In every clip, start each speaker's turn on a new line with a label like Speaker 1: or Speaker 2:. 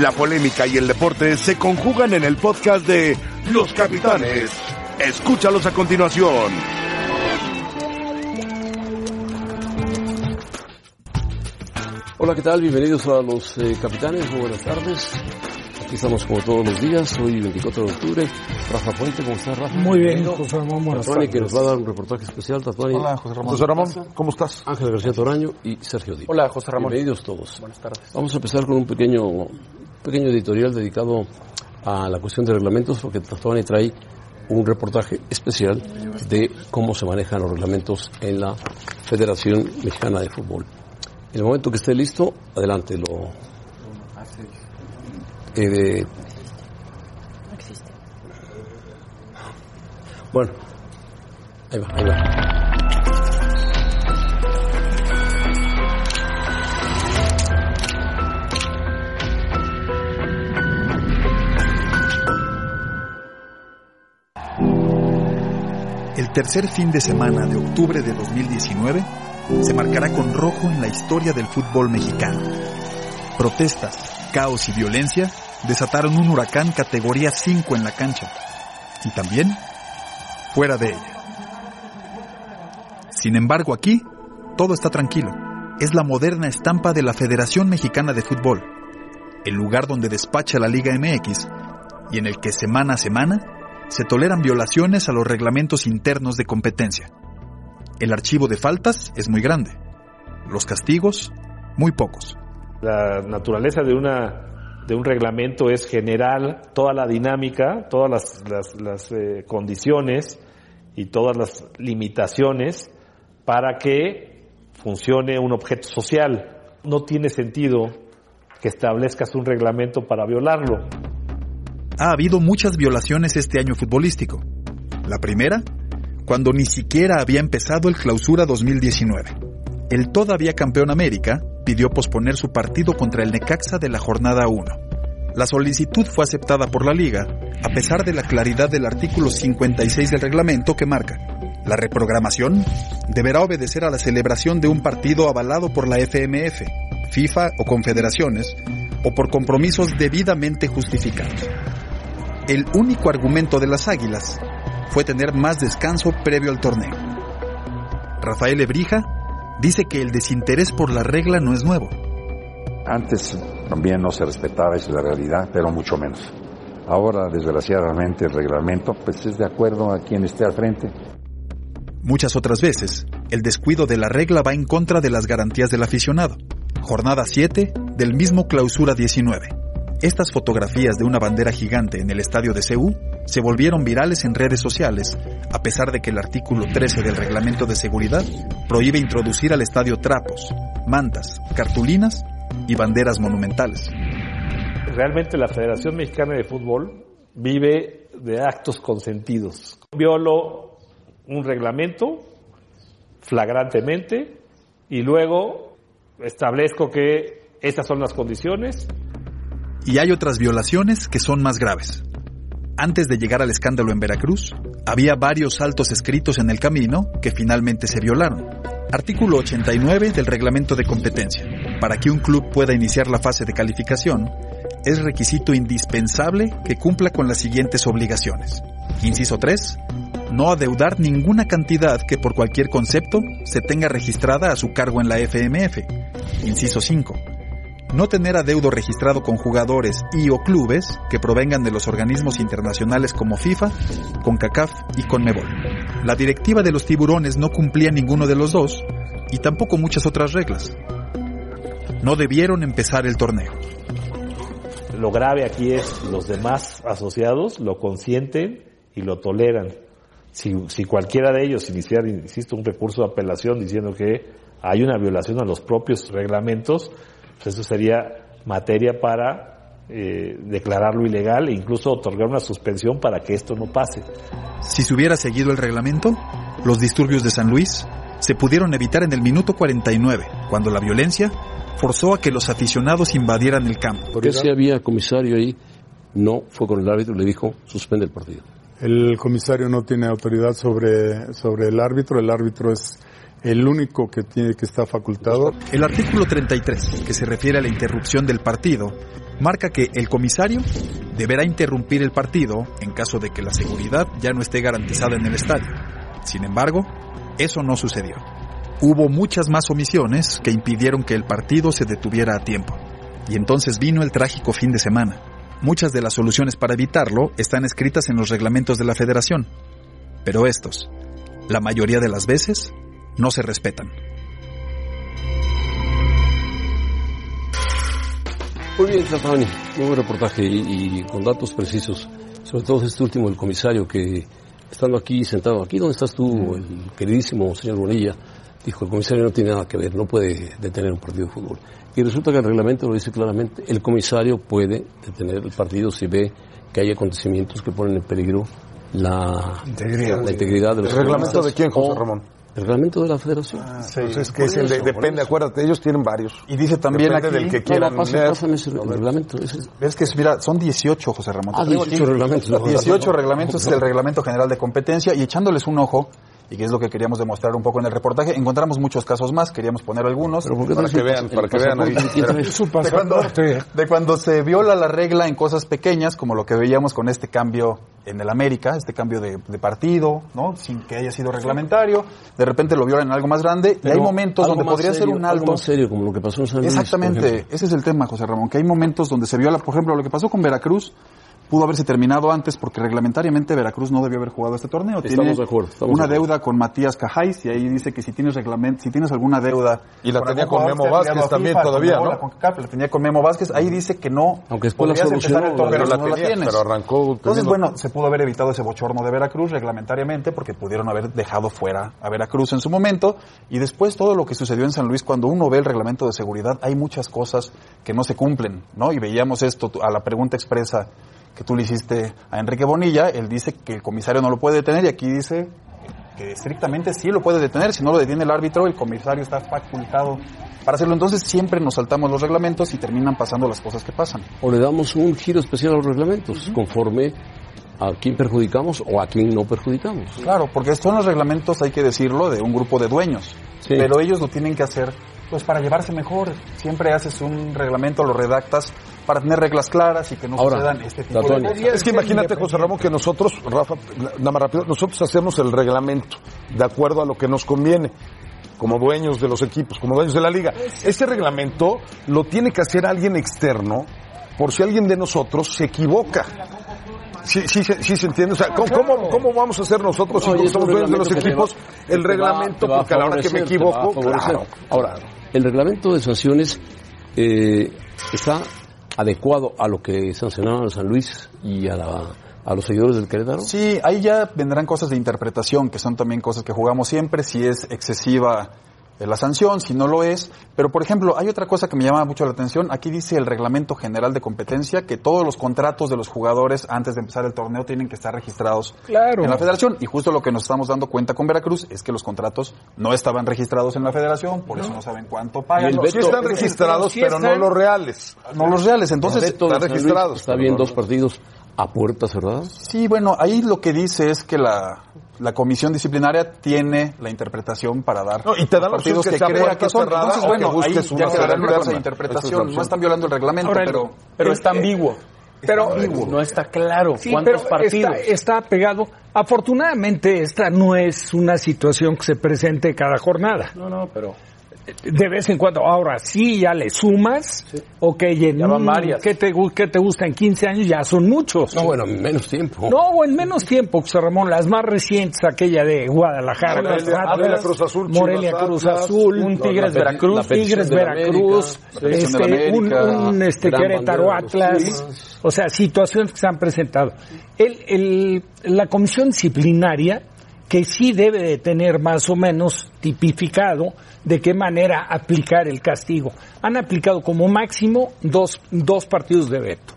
Speaker 1: La polémica y el deporte se conjugan en el podcast de Los Capitanes. Escúchalos a continuación.
Speaker 2: Hola, ¿qué tal? Bienvenidos a Los eh, Capitanes. Muy buenas tardes. Aquí estamos como todos los días, hoy 24 de octubre. Rafa Puente, ¿cómo estás, Rafa?
Speaker 3: Muy bien, José Ramón, buenas
Speaker 2: Tatuani, que nos
Speaker 3: tardes.
Speaker 2: va a dar un reportaje especial. Tatuani,
Speaker 4: Hola, José Ramón.
Speaker 5: José Ramón, ¿cómo estás?
Speaker 2: Ángel García Toraño y Sergio Díaz.
Speaker 4: Hola, José Ramón.
Speaker 2: Bienvenidos todos.
Speaker 4: Buenas
Speaker 6: Ah,
Speaker 4: tardes.
Speaker 2: Vamos a empezar con un pequeño, pequeño editorial dedicado a la cuestión de reglamentos, porque Tatuani trae un reportaje especial de cómo se manejan los reglamentos en la Federación Mexicana de Fútbol. En el momento que esté listo, adelante, lo... Eh, bueno, ahí va, ahí va.
Speaker 5: El tercer fin de semana de octubre de 2019 se marcará con rojo en la historia del fútbol mexicano. Protestas, caos y violencia desataron un huracán categoría 5 en la cancha y también fuera de ella. Sin embargo, aquí todo está tranquilo. Es la moderna estampa de la Federación Mexicana de Fútbol, el lugar donde despacha la Liga MX y en el que semana a semana se toleran violaciones a los reglamentos internos de competencia. El archivo de faltas es muy grande, los castigos muy pocos.
Speaker 7: La naturaleza de una de un reglamento es general, toda la dinámica, todas las, las- las, eh, condiciones y todas las limitaciones para que funcione un objeto social. No tiene sentido que establezcas un reglamento para violarlo.
Speaker 5: Ha habido muchas violaciones este año futbolístico. La primera, cuando ni siquiera había empezado el clausura 2019. El todavía campeón América pidió posponer su partido contra el Necaxa de la jornada 1. La solicitud fue aceptada por la liga, a pesar de la claridad del artículo 56 del reglamento que marca. La reprogramación deberá obedecer a la celebración de un partido avalado por la FMF, FIFA o confederaciones, o por compromisos debidamente justificados. El único argumento de las Águilas fue tener más descanso previo al torneo. Rafael Ebrija dice que el desinterés por la regla no es nuevo.
Speaker 8: Antes también no se respetaba, esa es la realidad, pero mucho menos. Ahora, desgraciadamente, el reglamento pues es de acuerdo a quien esté al frente.
Speaker 5: Muchas otras veces, el descuido de la regla va en contra de las garantías del aficionado. Jornada 7 del mismo clausura 19. Estas fotografías de una bandera gigante en el estadio de CU se volvieron virales en redes sociales, a pesar de que el artículo 13 del reglamento de seguridad prohíbe introducir al estadio trapos, mantas, cartulinas y banderas monumentales.
Speaker 7: Realmente la Federación Mexicana de Fútbol vive de actos consentidos. Violo un reglamento flagrantemente y luego establezco que estas son las condiciones.
Speaker 5: y hay otras violaciones que son más graves. Antes de llegar al escándalo en Veracruz, había varios saltos escritos en el camino que finalmente se violaron. Artículo 89 del Reglamento de Competencia. Para que un club pueda iniciar la fase de calificación, es requisito indispensable que cumpla con las siguientes obligaciones. Inciso 3. No adeudar ninguna cantidad que por cualquier concepto se tenga registrada a su cargo en la FMF. Inciso 5 no tener adeudo registrado con jugadores y o clubes que provengan de los organismos internacionales como FIFA, CONCACAF y CONMEBOL. La directiva de los tiburones no cumplía ninguno de los dos y tampoco muchas otras reglas. No debieron empezar el torneo.
Speaker 7: Lo grave aquí es los demás asociados lo consienten y lo toleran. Si, si cualquiera de ellos iniciara, insisto, un recurso de apelación diciendo que hay una violación a los propios reglamentos, pues eso sería materia para eh, declararlo ilegal e incluso otorgar una suspensión para que esto no pase.
Speaker 5: Si se hubiera seguido el reglamento, los disturbios de San Luis se pudieron evitar en el minuto 49, cuando la violencia forzó a que los aficionados invadieran el campo.
Speaker 2: ¿Por qué si había comisario ahí? No fue con el árbitro, le dijo, suspende el partido.
Speaker 6: El comisario no tiene autoridad sobre, sobre el árbitro, el árbitro es
Speaker 3: el único que tiene que estar facultado.
Speaker 9: El artículo 33, que se refiere a la interrupción del partido, marca que el comisario deberá interrumpir el partido en caso de que la seguridad ya no esté garantizada en el estadio. Sin embargo, eso no sucedió. Hubo muchas más omisiones que impidieron que el partido se detuviera a tiempo. Y entonces vino el trágico fin de semana. Muchas de las soluciones para evitarlo están escritas en los reglamentos de la federación. Pero estos, la mayoría de las veces, no se respetan.
Speaker 2: Muy bien, Trafani, muy buen reportaje y, y con datos precisos. Sobre todo este último, el comisario, que estando aquí sentado, aquí donde estás tú, el queridísimo señor Bonilla, dijo, el comisario no tiene nada que ver, no puede detener un partido de fútbol. Y resulta que el reglamento lo dice claramente, el comisario puede detener el partido si ve que hay acontecimientos que ponen en peligro la
Speaker 3: Integridad.
Speaker 2: la integridad de los
Speaker 3: ¿El reglamento de
Speaker 2: futbolistas
Speaker 3: quién, José
Speaker 2: o
Speaker 3: Ramón?
Speaker 2: El reglamento de la federación.
Speaker 5: Ah,
Speaker 3: Pues es que
Speaker 2: Por
Speaker 3: es el de-
Speaker 2: eso, por
Speaker 3: depende,
Speaker 2: eso.
Speaker 3: acuérdate, ellos tienen varios.
Speaker 5: Y dice también
Speaker 3: Depende
Speaker 5: aquí-
Speaker 3: del que
Speaker 2: No, no,
Speaker 3: quieran.
Speaker 2: pásame,
Speaker 3: leer.
Speaker 2: pásame ese- el reglamento. ese es-
Speaker 5: Es que, mira, son 18, José Ramón.
Speaker 2: Ah,
Speaker 5: Te digo aquí,
Speaker 2: 18 reglamentos.
Speaker 5: 18 reglamentos es el reglamento general de competencia y echándoles un ojo, y que es lo que queríamos demostrar un poco en el reportaje, encontramos muchos casos más, queríamos poner algunos.
Speaker 2: Pero ¿por qué
Speaker 5: para
Speaker 2: traes
Speaker 5: que
Speaker 2: el
Speaker 5: vean,
Speaker 2: pas-
Speaker 5: para
Speaker 2: el
Speaker 5: que vean ahí.
Speaker 2: pasaporte? ¿Quién trae?
Speaker 3: Es un
Speaker 5: De cuando,
Speaker 3: pasaporte.
Speaker 5: de cuando se viola la regla en cosas pequeñas, como lo que veíamos con este cambio en el América, este cambio de, de partido, ¿no? Sin que haya sido reglamentario, de repente lo violan en algo más grande, y hay
Speaker 2: Pero
Speaker 5: momentos
Speaker 2: algo
Speaker 5: donde
Speaker 2: más
Speaker 5: podría ser
Speaker 2: serio,
Speaker 5: un
Speaker 2: algo
Speaker 5: alto.
Speaker 2: más serio, como lo que pasó en San Luis, por
Speaker 5: Exactamente,
Speaker 2: ejemplo.
Speaker 5: ese es el tema, José Ramón, que hay momentos donde se viola, por ejemplo, lo que pasó con Veracruz pudo haberse terminado antes porque reglamentariamente Veracruz no debió haber jugado este torneo.
Speaker 2: Estamos
Speaker 5: tiene
Speaker 2: de acuerdo, estamos
Speaker 5: una
Speaker 2: de acuerdo.
Speaker 5: deuda con Matías Cajais y ahí dice que si tienes reglamento, si tienes alguna deuda
Speaker 3: Y la
Speaker 5: por
Speaker 3: tenía con
Speaker 5: algún jugador
Speaker 3: Memo
Speaker 5: que haya
Speaker 3: Vázquez
Speaker 5: afiliado a
Speaker 3: también
Speaker 5: FIFA,
Speaker 3: todavía,
Speaker 5: con la
Speaker 3: ¿no?
Speaker 5: CONCACAF, la tenía con Memo Vázquez, ahí dice que no
Speaker 2: Aunque después la
Speaker 5: podrías empezar
Speaker 2: solucionó,
Speaker 5: el torneo,
Speaker 3: Pero la
Speaker 5: no la
Speaker 3: tenía,
Speaker 5: tienes.
Speaker 3: pero arrancó.
Speaker 5: Entonces,
Speaker 3: teniendo-
Speaker 5: bueno, se pudo haber evitado ese bochorno de Veracruz reglamentariamente porque pudieron haber dejado fuera a Veracruz en su momento. Y después todo lo que sucedió en San Luis, cuando uno ve el reglamento de seguridad, hay muchas cosas que no se cumplen, ¿no? Y veíamos esto a la pregunta expresa que tú le hiciste a Enrique Bonilla. Él dice que el comisario no lo puede detener y aquí dice que estrictamente sí lo puede detener. Si no lo detiene el árbitro, el comisario está facultado para hacerlo. Entonces siempre nos saltamos los reglamentos y terminan pasando las cosas que pasan.
Speaker 2: O le damos un giro especial a los reglamentos, conforme a quién perjudicamos o a quién no perjudicamos.
Speaker 5: Claro, porque son los reglamentos, hay que decirlo, de un grupo de dueños.
Speaker 2: Sí.
Speaker 5: Pero ellos lo tienen que hacer, pues para llevarse mejor. Siempre haces un reglamento, lo redactas para tener reglas claras y que no
Speaker 2: Ahora,
Speaker 5: sucedan este tipo
Speaker 2: Datoni.
Speaker 5: de cosas.
Speaker 3: Es que imagínate, José Ramón, que nosotros, Rafa, nada más rápido, nosotros hacemos el reglamento de acuerdo a lo que nos conviene, como dueños de los equipos, como dueños de la liga. Ese reglamento lo tiene que hacer alguien externo, por si alguien de nosotros se equivoca. Sí, sí, se- sí se entiende. O sea, ¿cómo, cómo, cómo vamos a hacer nosotros si
Speaker 2: Oye,
Speaker 3: no
Speaker 2: es un
Speaker 3: somos dueños de los
Speaker 2: reglamento
Speaker 3: equipos
Speaker 2: que te va-
Speaker 3: el
Speaker 2: que te va-
Speaker 3: reglamento?
Speaker 2: te va a
Speaker 3: Porque a la hora que me
Speaker 2: favorecer, te va a
Speaker 3: equivoco,
Speaker 2: favorecer.
Speaker 3: claro.
Speaker 2: Ahora, el reglamento de sanciones eh, está adecuado a lo que sancionaron a San Luis y a, la- a los seguidores del Querétaro.
Speaker 5: Sí, ahí ya vendrán cosas de interpretación, que son también cosas que jugamos siempre, si es excesiva eh, la sanción, si no lo es. Pero, por ejemplo, hay otra cosa que me llama mucho la atención. Aquí dice el Reglamento General de Competencia que todos los contratos de los jugadores antes de empezar el torneo tienen que estar registrados
Speaker 3: Claro.
Speaker 5: en la federación. Y justo lo que nos estamos dando cuenta con Veracruz es que los contratos no estaban registrados en la federación, por eso no saben cuánto pagan.
Speaker 3: Sí están registrados, pero no los reales.
Speaker 5: No los reales. Entonces,
Speaker 2: Beto de
Speaker 3: están
Speaker 2: San Luis
Speaker 3: registrados,
Speaker 2: Está
Speaker 3: pero
Speaker 2: bien
Speaker 3: no-
Speaker 2: dos partidos a puerta cerrada.
Speaker 5: Sí, bueno, ahí lo que dice es que la, la comisión disciplinaria tiene la interpretación para dar
Speaker 3: No, y te dan la
Speaker 5: los
Speaker 3: opción
Speaker 5: partidos
Speaker 3: que
Speaker 5: que,
Speaker 3: sea
Speaker 5: crea
Speaker 3: puerta
Speaker 5: que son.
Speaker 3: cerrada
Speaker 5: Entonces,
Speaker 3: o que
Speaker 5: bueno, ahí
Speaker 3: busques una
Speaker 5: ya quedarán
Speaker 3: sola
Speaker 5: diversas
Speaker 3: norma. Esa es la
Speaker 5: interpretación.
Speaker 3: opción.
Speaker 5: No están violando el reglamento,
Speaker 6: Ahora,
Speaker 5: pero...
Speaker 6: pero está ambiguo. Pero
Speaker 10: No está claro
Speaker 6: Sí,
Speaker 10: cuántos
Speaker 6: pero
Speaker 10: partidos.
Speaker 6: Está, está pegado. Afortunadamente, esta no es una situación que se presente cada jornada.
Speaker 10: No, no, pero eh,
Speaker 6: De vez en cuando, ahora sí, ya le sumas. Ok, en,
Speaker 10: Ya van
Speaker 6: mm,
Speaker 10: varias.
Speaker 6: ¿qué te, gu- qué te gusta? En 15 años ya son muchos.
Speaker 2: No, bueno, menos tiempo.
Speaker 6: No, o en menos tiempo, José Ramón. Las más recientes, aquella de Guadalajara,
Speaker 3: Morelia,
Speaker 6: Atlas,
Speaker 3: Morelia, Cruz Azul, Chivas,
Speaker 6: Morelia, Cruz
Speaker 3: Atlas,
Speaker 6: Azul,
Speaker 10: un Tigres
Speaker 2: peti-
Speaker 10: Veracruz,
Speaker 2: la petición
Speaker 6: Tigres
Speaker 2: de la
Speaker 6: Veracruz,
Speaker 2: América,
Speaker 6: este,
Speaker 2: la petición de la
Speaker 6: un,
Speaker 2: América,
Speaker 6: un, este,
Speaker 2: gran
Speaker 6: Querétaro
Speaker 2: bandera de los Pumas.
Speaker 6: Atlas, o sea, situaciones que se han presentado. El, el- la comisión disciplinaria, que sí debe de tener más o menos tipificado de qué manera aplicar el castigo. Han aplicado como máximo dos, dos partidos de veto.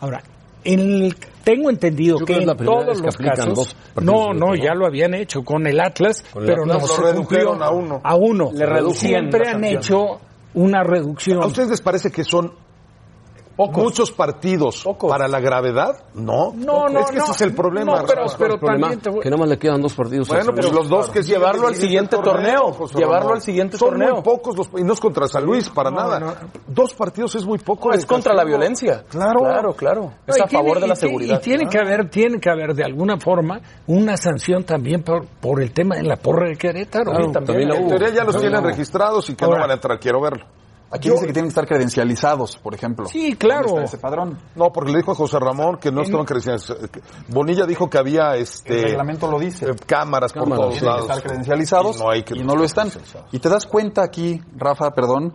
Speaker 6: Ahora, en el- tengo entendido
Speaker 2: Yo
Speaker 6: que
Speaker 2: creo que es la
Speaker 6: en
Speaker 2: primera
Speaker 6: todos
Speaker 2: vez que
Speaker 6: los
Speaker 2: aplican
Speaker 6: casos,
Speaker 2: dos partidos
Speaker 6: no,
Speaker 2: de
Speaker 6: no,
Speaker 2: veto, ¿no?
Speaker 6: ya lo habían hecho con el Atlas,
Speaker 2: Con el
Speaker 6: pero
Speaker 2: Atlas
Speaker 3: lo
Speaker 6: no se
Speaker 3: redujeron
Speaker 6: cumplió
Speaker 3: a uno.
Speaker 6: A uno.
Speaker 10: Le reducían
Speaker 6: Siempre
Speaker 10: la
Speaker 6: han
Speaker 10: sanción.
Speaker 6: hecho una reducción.
Speaker 3: ¿A ustedes les parece que son
Speaker 6: Pocos.
Speaker 3: muchos partidos
Speaker 6: Pocos.
Speaker 3: para la gravedad, no.
Speaker 6: No, no,
Speaker 3: Es que
Speaker 6: no.
Speaker 3: ese es el problema.
Speaker 6: No, pero-
Speaker 3: Rafa.
Speaker 6: pero
Speaker 2: El problema
Speaker 6: también te voy-
Speaker 2: que nada más le quedan dos partidos. a
Speaker 3: Bueno,
Speaker 2: San
Speaker 3: pues
Speaker 2: Luis.
Speaker 3: los dos que siguen
Speaker 10: Llevarlo al
Speaker 3: en el
Speaker 10: siguiente torneo,
Speaker 3: José
Speaker 10: llevarlo
Speaker 3: Ramón.
Speaker 10: al siguiente
Speaker 3: Son
Speaker 10: torneo.
Speaker 3: muy pocos los y no es contra San Luis para
Speaker 6: No,
Speaker 3: nada.
Speaker 6: no.
Speaker 3: Dos partidos es muy poco.
Speaker 10: No,
Speaker 3: de
Speaker 10: es contra la
Speaker 3: castigo.
Speaker 10: violencia.
Speaker 3: Claro.
Speaker 10: Claro, claro.
Speaker 6: No,
Speaker 10: Es
Speaker 6: y
Speaker 10: a
Speaker 6: tiene-
Speaker 10: favor de
Speaker 6: y
Speaker 10: la
Speaker 6: ti-
Speaker 10: seguridad.
Speaker 6: Y tiene que haber, tiene que haber de alguna forma una sanción también por, por el tema en la porra de Querétaro.
Speaker 2: Claro,
Speaker 6: Sí,
Speaker 2: también la
Speaker 3: En
Speaker 2: hubo.
Speaker 3: teoría ya los tienen registrados y que no
Speaker 6: Ahora.
Speaker 3: van a entrar. Quiero verlo.
Speaker 4: Aquí dice que tienen que estar credencializados, por ejemplo.
Speaker 6: Sí, claro.
Speaker 4: ¿Dónde está ese padrón?
Speaker 3: No, porque le dijo a José Ramón que no estaban creciendo. Bonilla dijo que había este
Speaker 4: El reglamento lo dice.
Speaker 3: eh, cámaras, por
Speaker 2: Cámaras.
Speaker 3: todos
Speaker 4: Tienen que
Speaker 3: lados.
Speaker 4: estar credencializados
Speaker 3: Y
Speaker 4: y
Speaker 3: no
Speaker 4: no,
Speaker 3: hay que-
Speaker 4: lo están. Y te das cuenta aquí, Rafa, perdón,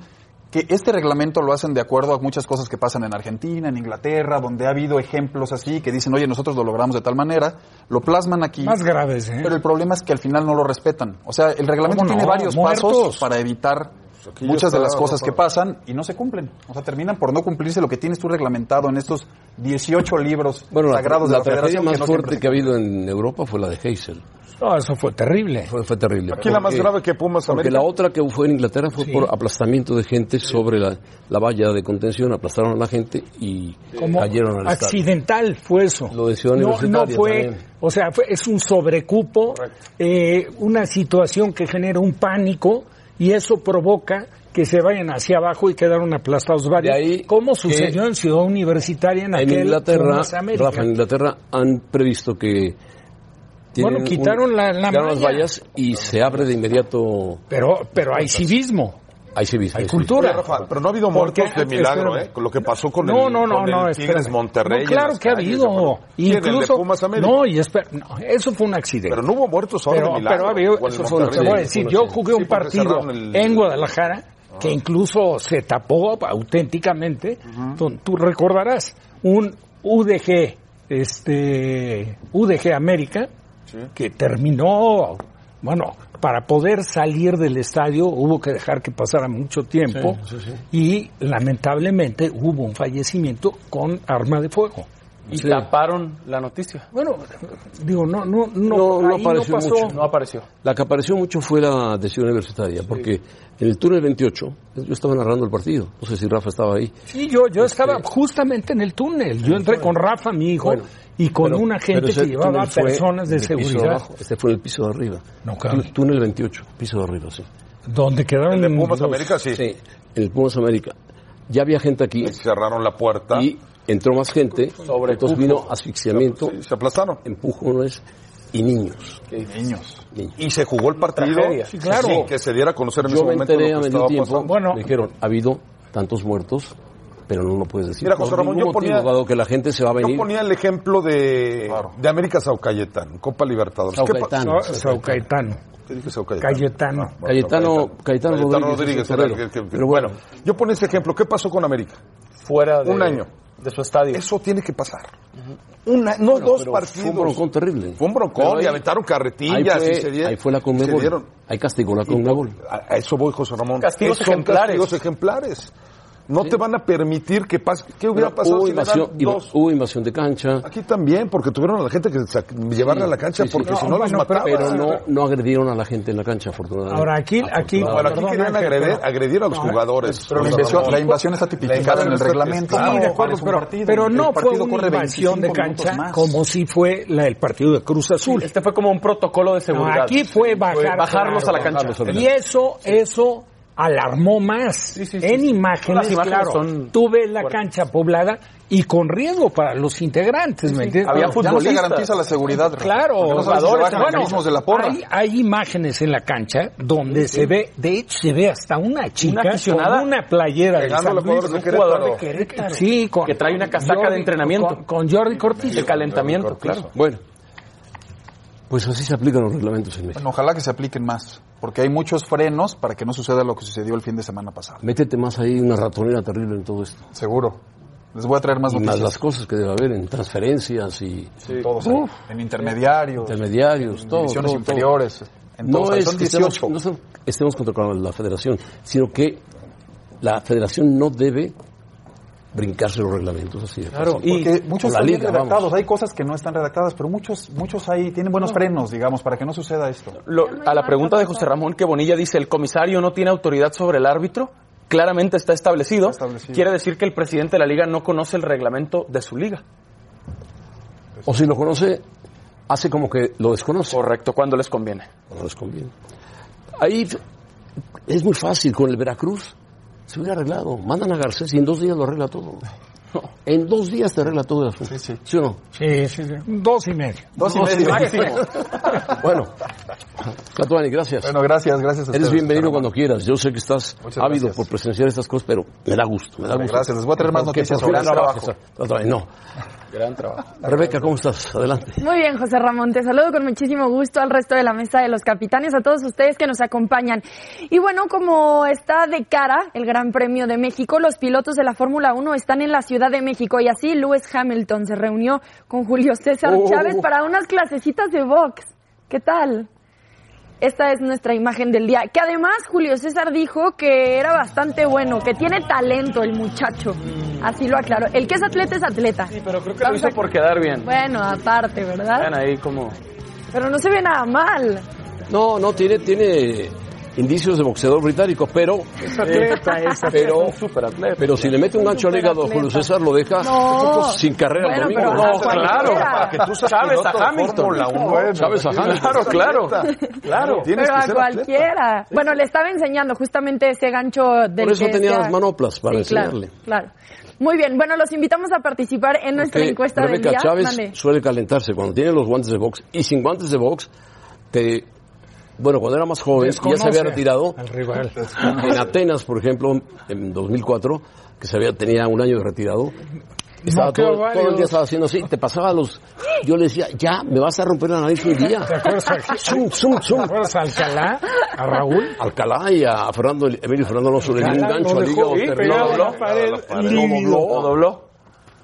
Speaker 4: que este reglamento lo hacen de acuerdo a muchas cosas que pasan en Argentina, en Inglaterra, donde ha habido ejemplos así que dicen, oye, nosotros lo logramos de tal manera, lo plasman aquí.
Speaker 6: Más graves, ¿eh?
Speaker 4: Pero el problema es que al final no lo respetan. O sea, el reglamento
Speaker 6: ¿Cómo no?
Speaker 4: tiene varios
Speaker 6: Muertos.
Speaker 4: pasos para evitar
Speaker 3: Pues aquí ya
Speaker 4: muchas de
Speaker 3: está,
Speaker 4: las cosas
Speaker 3: Rafa.
Speaker 4: que pasan y no se cumplen. O sea, terminan por no cumplirse lo que tienes tú reglamentado en estos 18 libros
Speaker 2: Bueno, la,
Speaker 4: sagrados de
Speaker 2: la
Speaker 4: la,
Speaker 2: tragedia
Speaker 4: Federación.
Speaker 2: más
Speaker 4: que no siempre
Speaker 2: fuerte
Speaker 4: se
Speaker 2: que ha habido en Europa fue la de Heysel.
Speaker 6: No, eso fue terrible.
Speaker 2: Fue, fue terrible.
Speaker 3: Aquí la más
Speaker 2: Porque-
Speaker 3: grave que Pumas
Speaker 2: Porque
Speaker 3: América.
Speaker 2: la otra que fue en Inglaterra fue
Speaker 6: Sí.
Speaker 2: por aplastamiento de gente sobre la, la valla de contención, aplastaron a la gente y
Speaker 6: Como
Speaker 2: cayeron al estadio.
Speaker 6: accidental fue eso.
Speaker 2: Lo de Ciudad
Speaker 6: no, no
Speaker 2: Universitaria
Speaker 6: fue,
Speaker 2: también.
Speaker 6: o sea, fue- es un sobrecupo, eh, una situación que genera un pánico y eso provoca que se vayan hacia abajo y quedaron aplastados varios.
Speaker 2: De ahí
Speaker 6: como
Speaker 2: que
Speaker 6: sucedió en Ciudad Universitaria en,
Speaker 2: En
Speaker 6: aquel
Speaker 2: Inglaterra,
Speaker 6: Pumas América.
Speaker 2: Rafa, en Inglaterra han previsto que tienen
Speaker 6: Bueno, quitaron la- la
Speaker 2: quitaron las
Speaker 6: malla.
Speaker 2: vallas y se abre de inmediato
Speaker 6: Pero, pero hay civismo.
Speaker 2: hay civismo.
Speaker 6: Hay cultura.
Speaker 3: Oye, Rafa, pero no ha habido
Speaker 6: Porque-
Speaker 3: muertos de milagro,
Speaker 6: espérame.
Speaker 3: ¿eh? Con lo que pasó con
Speaker 6: no,
Speaker 3: el,
Speaker 6: no, no,
Speaker 3: con el
Speaker 6: no,
Speaker 3: Tigres
Speaker 6: espérame.
Speaker 3: Monterrey.
Speaker 6: No,
Speaker 3: en
Speaker 6: claro
Speaker 3: las
Speaker 6: que ha
Speaker 3: calles,
Speaker 6: habido.
Speaker 3: Rafa. Sí, en el de
Speaker 6: Incluso,
Speaker 3: Pumas América.
Speaker 6: no, y espera, no, eso fue un accidente.
Speaker 3: Pero no hubo muertos ahora
Speaker 6: pero,
Speaker 3: de milagro.
Speaker 6: pero
Speaker 3: con
Speaker 6: había-
Speaker 3: el
Speaker 6: eso fue lo que
Speaker 3: Monterrey.
Speaker 6: voy a decir. Yo jugué
Speaker 3: Sí, porque
Speaker 6: un partido
Speaker 3: cerraron el- Ah.
Speaker 6: en Guadalajara que incluso se tapó auténticamente. Tú- Tú recordarás un UDG, este UDG América, que terminó, bueno, para poder salir del estadio hubo que dejar que pasara mucho tiempo y lamentablemente hubo un fallecimiento con arma de fuego.
Speaker 10: Y taparon la noticia.
Speaker 6: Bueno, digo, no, no, no,
Speaker 2: No, no
Speaker 6: ahí
Speaker 2: apareció
Speaker 6: pasó.
Speaker 2: mucho.
Speaker 10: No apareció.
Speaker 2: La que apareció mucho fue la de Ciudad Universitaria, porque en el túnel 28 yo estaba narrando el partido, no sé si Rafa estaba ahí.
Speaker 6: Sí, yo, yo estaba justamente Este, en el túnel. Yo entré con Rafa, mi hijo,
Speaker 2: Bueno,
Speaker 6: y con
Speaker 2: Pero-
Speaker 6: una gente
Speaker 2: pero ese
Speaker 6: que llevaba
Speaker 2: túnel fue
Speaker 6: personas de
Speaker 2: en el piso
Speaker 6: seguridad.
Speaker 2: abajo, Este fue en el piso de arriba.
Speaker 6: No, claro.
Speaker 2: Tú- Túnel 28, piso de arriba, sí.
Speaker 6: Donde quedaron
Speaker 3: El de Pumas
Speaker 6: los-
Speaker 3: América, sí.
Speaker 2: Sí, en el Pumas América. Ya había gente aquí
Speaker 3: Y Cerraron la puerta.
Speaker 2: y entró más gente, entonces vino asfixiamiento,
Speaker 3: Sí, se aplastaron.
Speaker 2: empujones y niños.
Speaker 4: Niños.
Speaker 3: Y se jugó el partido.
Speaker 10: Tragedia.
Speaker 3: Sí,
Speaker 6: claro.
Speaker 3: sin que se diera a conocer en
Speaker 2: Yo
Speaker 3: ese
Speaker 2: me
Speaker 3: momento. lo
Speaker 2: enteré
Speaker 3: que
Speaker 2: a medio
Speaker 3: estaba
Speaker 2: tiempo,
Speaker 3: pasando.
Speaker 6: Bueno.
Speaker 2: me dijeron, ha habido tantos muertos, pero no lo puedes decir.
Speaker 3: Mira, José
Speaker 2: Por
Speaker 3: Ramón,
Speaker 2: ningún
Speaker 3: yo ponía-
Speaker 2: motivo, dado que la gente se va a venir.
Speaker 3: Yo ponía el ejemplo de,
Speaker 4: Claro.
Speaker 3: de América Saucayetán, Copa Libertadores. ¿Qué pa-
Speaker 2: Saucayetán.
Speaker 6: Sa- Sao Caetano.
Speaker 3: ¿Qué dije Saucayetán?
Speaker 6: Cayetano.
Speaker 3: Ah, bueno,
Speaker 2: Cayetano- Cayetano Rodríguez,
Speaker 3: era
Speaker 2: torero.
Speaker 3: el que- que-
Speaker 2: Pero
Speaker 3: bueno,
Speaker 2: bueno.
Speaker 3: yo ponía ese ejemplo. ¿Qué pasó con América?
Speaker 10: Fuera de,
Speaker 3: Un año.
Speaker 10: de su estadio.
Speaker 3: Eso tiene que pasar. Una, no dos
Speaker 2: pero
Speaker 3: partidos.
Speaker 2: Fue un broncón terrible.
Speaker 3: Fue un broncón,
Speaker 2: Pero ahí-
Speaker 3: y aventaron
Speaker 2: Ahí
Speaker 3: carretillas y se
Speaker 2: fue,
Speaker 3: dieron.
Speaker 2: ahí fue la
Speaker 3: se
Speaker 2: Conmebol.
Speaker 3: dieron-
Speaker 2: Ahí castigó la Conmebol.
Speaker 3: A, a eso voy, José Ramón.
Speaker 10: Castigos
Speaker 3: Son
Speaker 10: ejemplares.
Speaker 3: Castigos ejemplares. No te van a permitir que pase. ¿Qué hubiera
Speaker 2: Pero
Speaker 3: pasado
Speaker 2: hubo,
Speaker 3: si le dan
Speaker 2: invasión, iba-
Speaker 3: dos?
Speaker 2: hubo invasión de cancha,
Speaker 3: Aquí también, porque tuvieron a la gente que sa- llevarle a la cancha,
Speaker 2: sí, sí.
Speaker 3: porque
Speaker 2: No,
Speaker 3: si no los
Speaker 6: bueno, pero-
Speaker 3: mataban.
Speaker 2: pero no, no agredieron a la gente en la cancha, afortunadamente.
Speaker 6: Ahora aquí, aquí,
Speaker 2: Afortunadamente.
Speaker 3: Bueno, aquí
Speaker 6: Perdón,
Speaker 3: querían
Speaker 6: Ángel,
Speaker 3: agredir,
Speaker 6: pero-
Speaker 3: agredir a los
Speaker 6: No,
Speaker 3: jugadores.
Speaker 4: Pero la
Speaker 3: José
Speaker 4: invasión,
Speaker 3: Ramón.
Speaker 4: la invasión está tipificada en el reglamento.
Speaker 3: Claro,
Speaker 6: Sí, de acuerdo,
Speaker 4: Parece un
Speaker 6: pero,
Speaker 4: partido.
Speaker 6: pero
Speaker 4: El
Speaker 6: no fue
Speaker 4: partido
Speaker 6: una
Speaker 4: corre
Speaker 6: invasión de
Speaker 4: 25 minutos
Speaker 6: cancha
Speaker 4: más.
Speaker 6: como si fue la del partido de Cruz Azul.
Speaker 10: Este fue como un protocolo de
Speaker 6: No,
Speaker 10: seguridad.
Speaker 6: aquí fue bajar,
Speaker 10: bajarlos
Speaker 6: claro,
Speaker 10: a la cancha.
Speaker 2: bajarlos a la
Speaker 6: Y eso, eso alarmó más.
Speaker 10: sí, sí,
Speaker 6: en
Speaker 10: sí.
Speaker 6: imágenes,
Speaker 10: Las imágenes
Speaker 6: claro.
Speaker 10: son
Speaker 6: Tú ves la
Speaker 10: fuertes.
Speaker 6: cancha poblada y con riesgo para los integrantes, ¿me entiendes?
Speaker 4: Ya
Speaker 10: Había
Speaker 6: Bueno,
Speaker 4: no se
Speaker 10: futbolistas.
Speaker 4: garantiza la seguridad. Rafa.
Speaker 6: Claro,
Speaker 4: Porque no sabes si se
Speaker 10: jugadores,
Speaker 4: bajan
Speaker 10: bueno,
Speaker 4: mecanismos de la porra.
Speaker 6: Hay, hay imágenes en la cancha donde se ve, de hecho se ve hasta una chica
Speaker 10: aficionada
Speaker 6: con una playera de
Speaker 3: Pegando a
Speaker 6: San
Speaker 3: los
Speaker 6: Luis,
Speaker 3: jugadores de
Speaker 6: un jugador
Speaker 3: Querétaro.
Speaker 6: de Querétaro. Sí, con-
Speaker 10: Que trae una casaca
Speaker 6: Jordi-
Speaker 10: de entrenamiento.
Speaker 6: Con, con Jordi Cortizo.
Speaker 10: De calentamiento, claro.
Speaker 2: Bueno, pues así se aplican los reglamentos en México.
Speaker 4: Bueno, ojalá que se apliquen más, porque hay muchos frenos para que no suceda lo que sucedió el fin de semana pasado.
Speaker 2: Métete más ahí una ratonera terrible en todo esto.
Speaker 4: Seguro. Les voy a traer más
Speaker 2: Y más
Speaker 4: noticias.
Speaker 2: las cosas que debe haber en transferencias y
Speaker 4: Todos ahí. En intermediarios, en
Speaker 2: intermediarios, todo.
Speaker 4: divisiones
Speaker 2: todo, todo.
Speaker 4: inferiores. En
Speaker 2: No
Speaker 4: todos ahí.
Speaker 2: es
Speaker 4: Son
Speaker 2: que estemos,
Speaker 4: 18.
Speaker 2: no son- estemos contra la federación, sino que la federación no debe brincarse los reglamentos así de
Speaker 10: Claro,
Speaker 2: fácil.
Speaker 10: y-
Speaker 4: Porque muchos
Speaker 2: la
Speaker 4: están bien
Speaker 2: liga, vamos.
Speaker 4: redactados, hay cosas que no están redactadas, pero muchos muchos ahí tienen buenos frenos, digamos, para que no suceda esto.
Speaker 10: Lo- a la pregunta de José Ramón que Bonilla dice, ¿el comisario no tiene autoridad sobre el árbitro? claramente está establecido,
Speaker 4: Está establecido.
Speaker 10: quiere decir que el presidente de la liga no conoce el reglamento de su liga.
Speaker 2: O si lo conoce, hace como que lo desconoce.
Speaker 10: Correcto, cuando les conviene.
Speaker 2: No les conviene. Ahí es muy fácil, con el Veracruz se hubiera arreglado. Mandan a Garcés y en dos días lo arregla todo. No, en dos días te arregla todo el asunto. Sí, o no?
Speaker 6: Sí, sí, sí. Dos y medio.
Speaker 4: Dos y medio.
Speaker 2: Bueno, Tlatuani, gracias.
Speaker 4: Bueno, gracias, gracias a
Speaker 2: Eres
Speaker 4: ustedes.
Speaker 2: bienvenido cuando quieras. Yo sé que estás
Speaker 4: Muchas
Speaker 2: ávido
Speaker 4: gracias.
Speaker 2: por presenciar estas cosas, pero me da gusto, me da gusto.
Speaker 4: Gracias, les voy a traer más
Speaker 2: Porque
Speaker 4: noticias
Speaker 2: por fin
Speaker 4: sobre el
Speaker 2: trabajas,
Speaker 4: trabajo.
Speaker 2: Tlatuani, no.
Speaker 10: Gran trabajo.
Speaker 2: Rebeca, ¿cómo estás? Adelante.
Speaker 11: Muy bien, José Ramón, te saludo con muchísimo gusto al resto de la mesa de los capitanes, a todos ustedes que nos acompañan. Y bueno, como está de cara el Gran Premio de México, los pilotos de la Fórmula 1 están en la Ciudad de México y así Lewis Hamilton se reunió con Julio César Chávez para unas clasecitas de box. ¿Qué tal? Esta es nuestra imagen del día, que además Julio César dijo que era bastante bueno, que tiene talento el muchacho. Así lo aclaró. El que es atleta es atleta.
Speaker 10: Sí, pero creo que lo hizo por quedar bien.
Speaker 11: Bueno, aparte, ¿verdad?
Speaker 10: Vean ahí como...
Speaker 11: Pero no se ve nada mal.
Speaker 2: No, no, tiene, tiene indicios de boxeador británico, pero,
Speaker 10: Es atleta, es atleta,
Speaker 2: Pero-
Speaker 10: un superatleta.
Speaker 2: pero si le mete un gancho al hígado a Julio César, lo deja
Speaker 11: No.
Speaker 2: sin carrera
Speaker 11: Bueno,
Speaker 2: el domingo.
Speaker 11: pero-
Speaker 2: No,
Speaker 11: Ah,
Speaker 10: claro,
Speaker 11: cualquiera.
Speaker 10: para que tú seas Chávez a
Speaker 3: piloto de
Speaker 10: Hamilton.
Speaker 3: Fórmula uno.
Speaker 2: ¿Sabes a Hamilton?
Speaker 10: Claro, claro. Claro.
Speaker 3: Tienes
Speaker 11: Pero
Speaker 3: que
Speaker 11: a
Speaker 3: ser atleta.
Speaker 11: cualquiera. Bueno, le estaba enseñando justamente ese gancho del
Speaker 2: Por eso
Speaker 11: que
Speaker 2: tenía
Speaker 11: se ha-
Speaker 2: las manoplas, para
Speaker 11: Sí, claro,
Speaker 2: enseñarle.
Speaker 11: Claro, Muy bien, bueno, los invitamos a participar en nuestra
Speaker 2: que
Speaker 11: encuesta del
Speaker 2: Rebeca
Speaker 11: día.
Speaker 2: Chávez
Speaker 11: Mande.
Speaker 2: suele calentarse cuando tiene los guantes de box y sin guantes de box te bueno cuando era más joven ya se había retirado en Atenas por ejemplo en 2004 que se había tenía un año de retirado estaba
Speaker 6: Noqueó
Speaker 2: todo, todo el
Speaker 6: varios.
Speaker 2: día estaba haciendo así te pasaba los yo le decía ya me vas a romper la nariz un día zum zum
Speaker 6: ¿Te
Speaker 2: zum
Speaker 6: acuerdas a Alcalá? ¿A Raúl?
Speaker 2: Alcalá y a Fernando Emilio Fernando Alonso le dio un
Speaker 6: Alcalá lo
Speaker 2: gancho al
Speaker 6: dejó
Speaker 2: hígado
Speaker 6: ir,
Speaker 2: terminó
Speaker 6: pegado a la
Speaker 2: doblado.
Speaker 6: pared, lívido.
Speaker 10: ¿O dobló?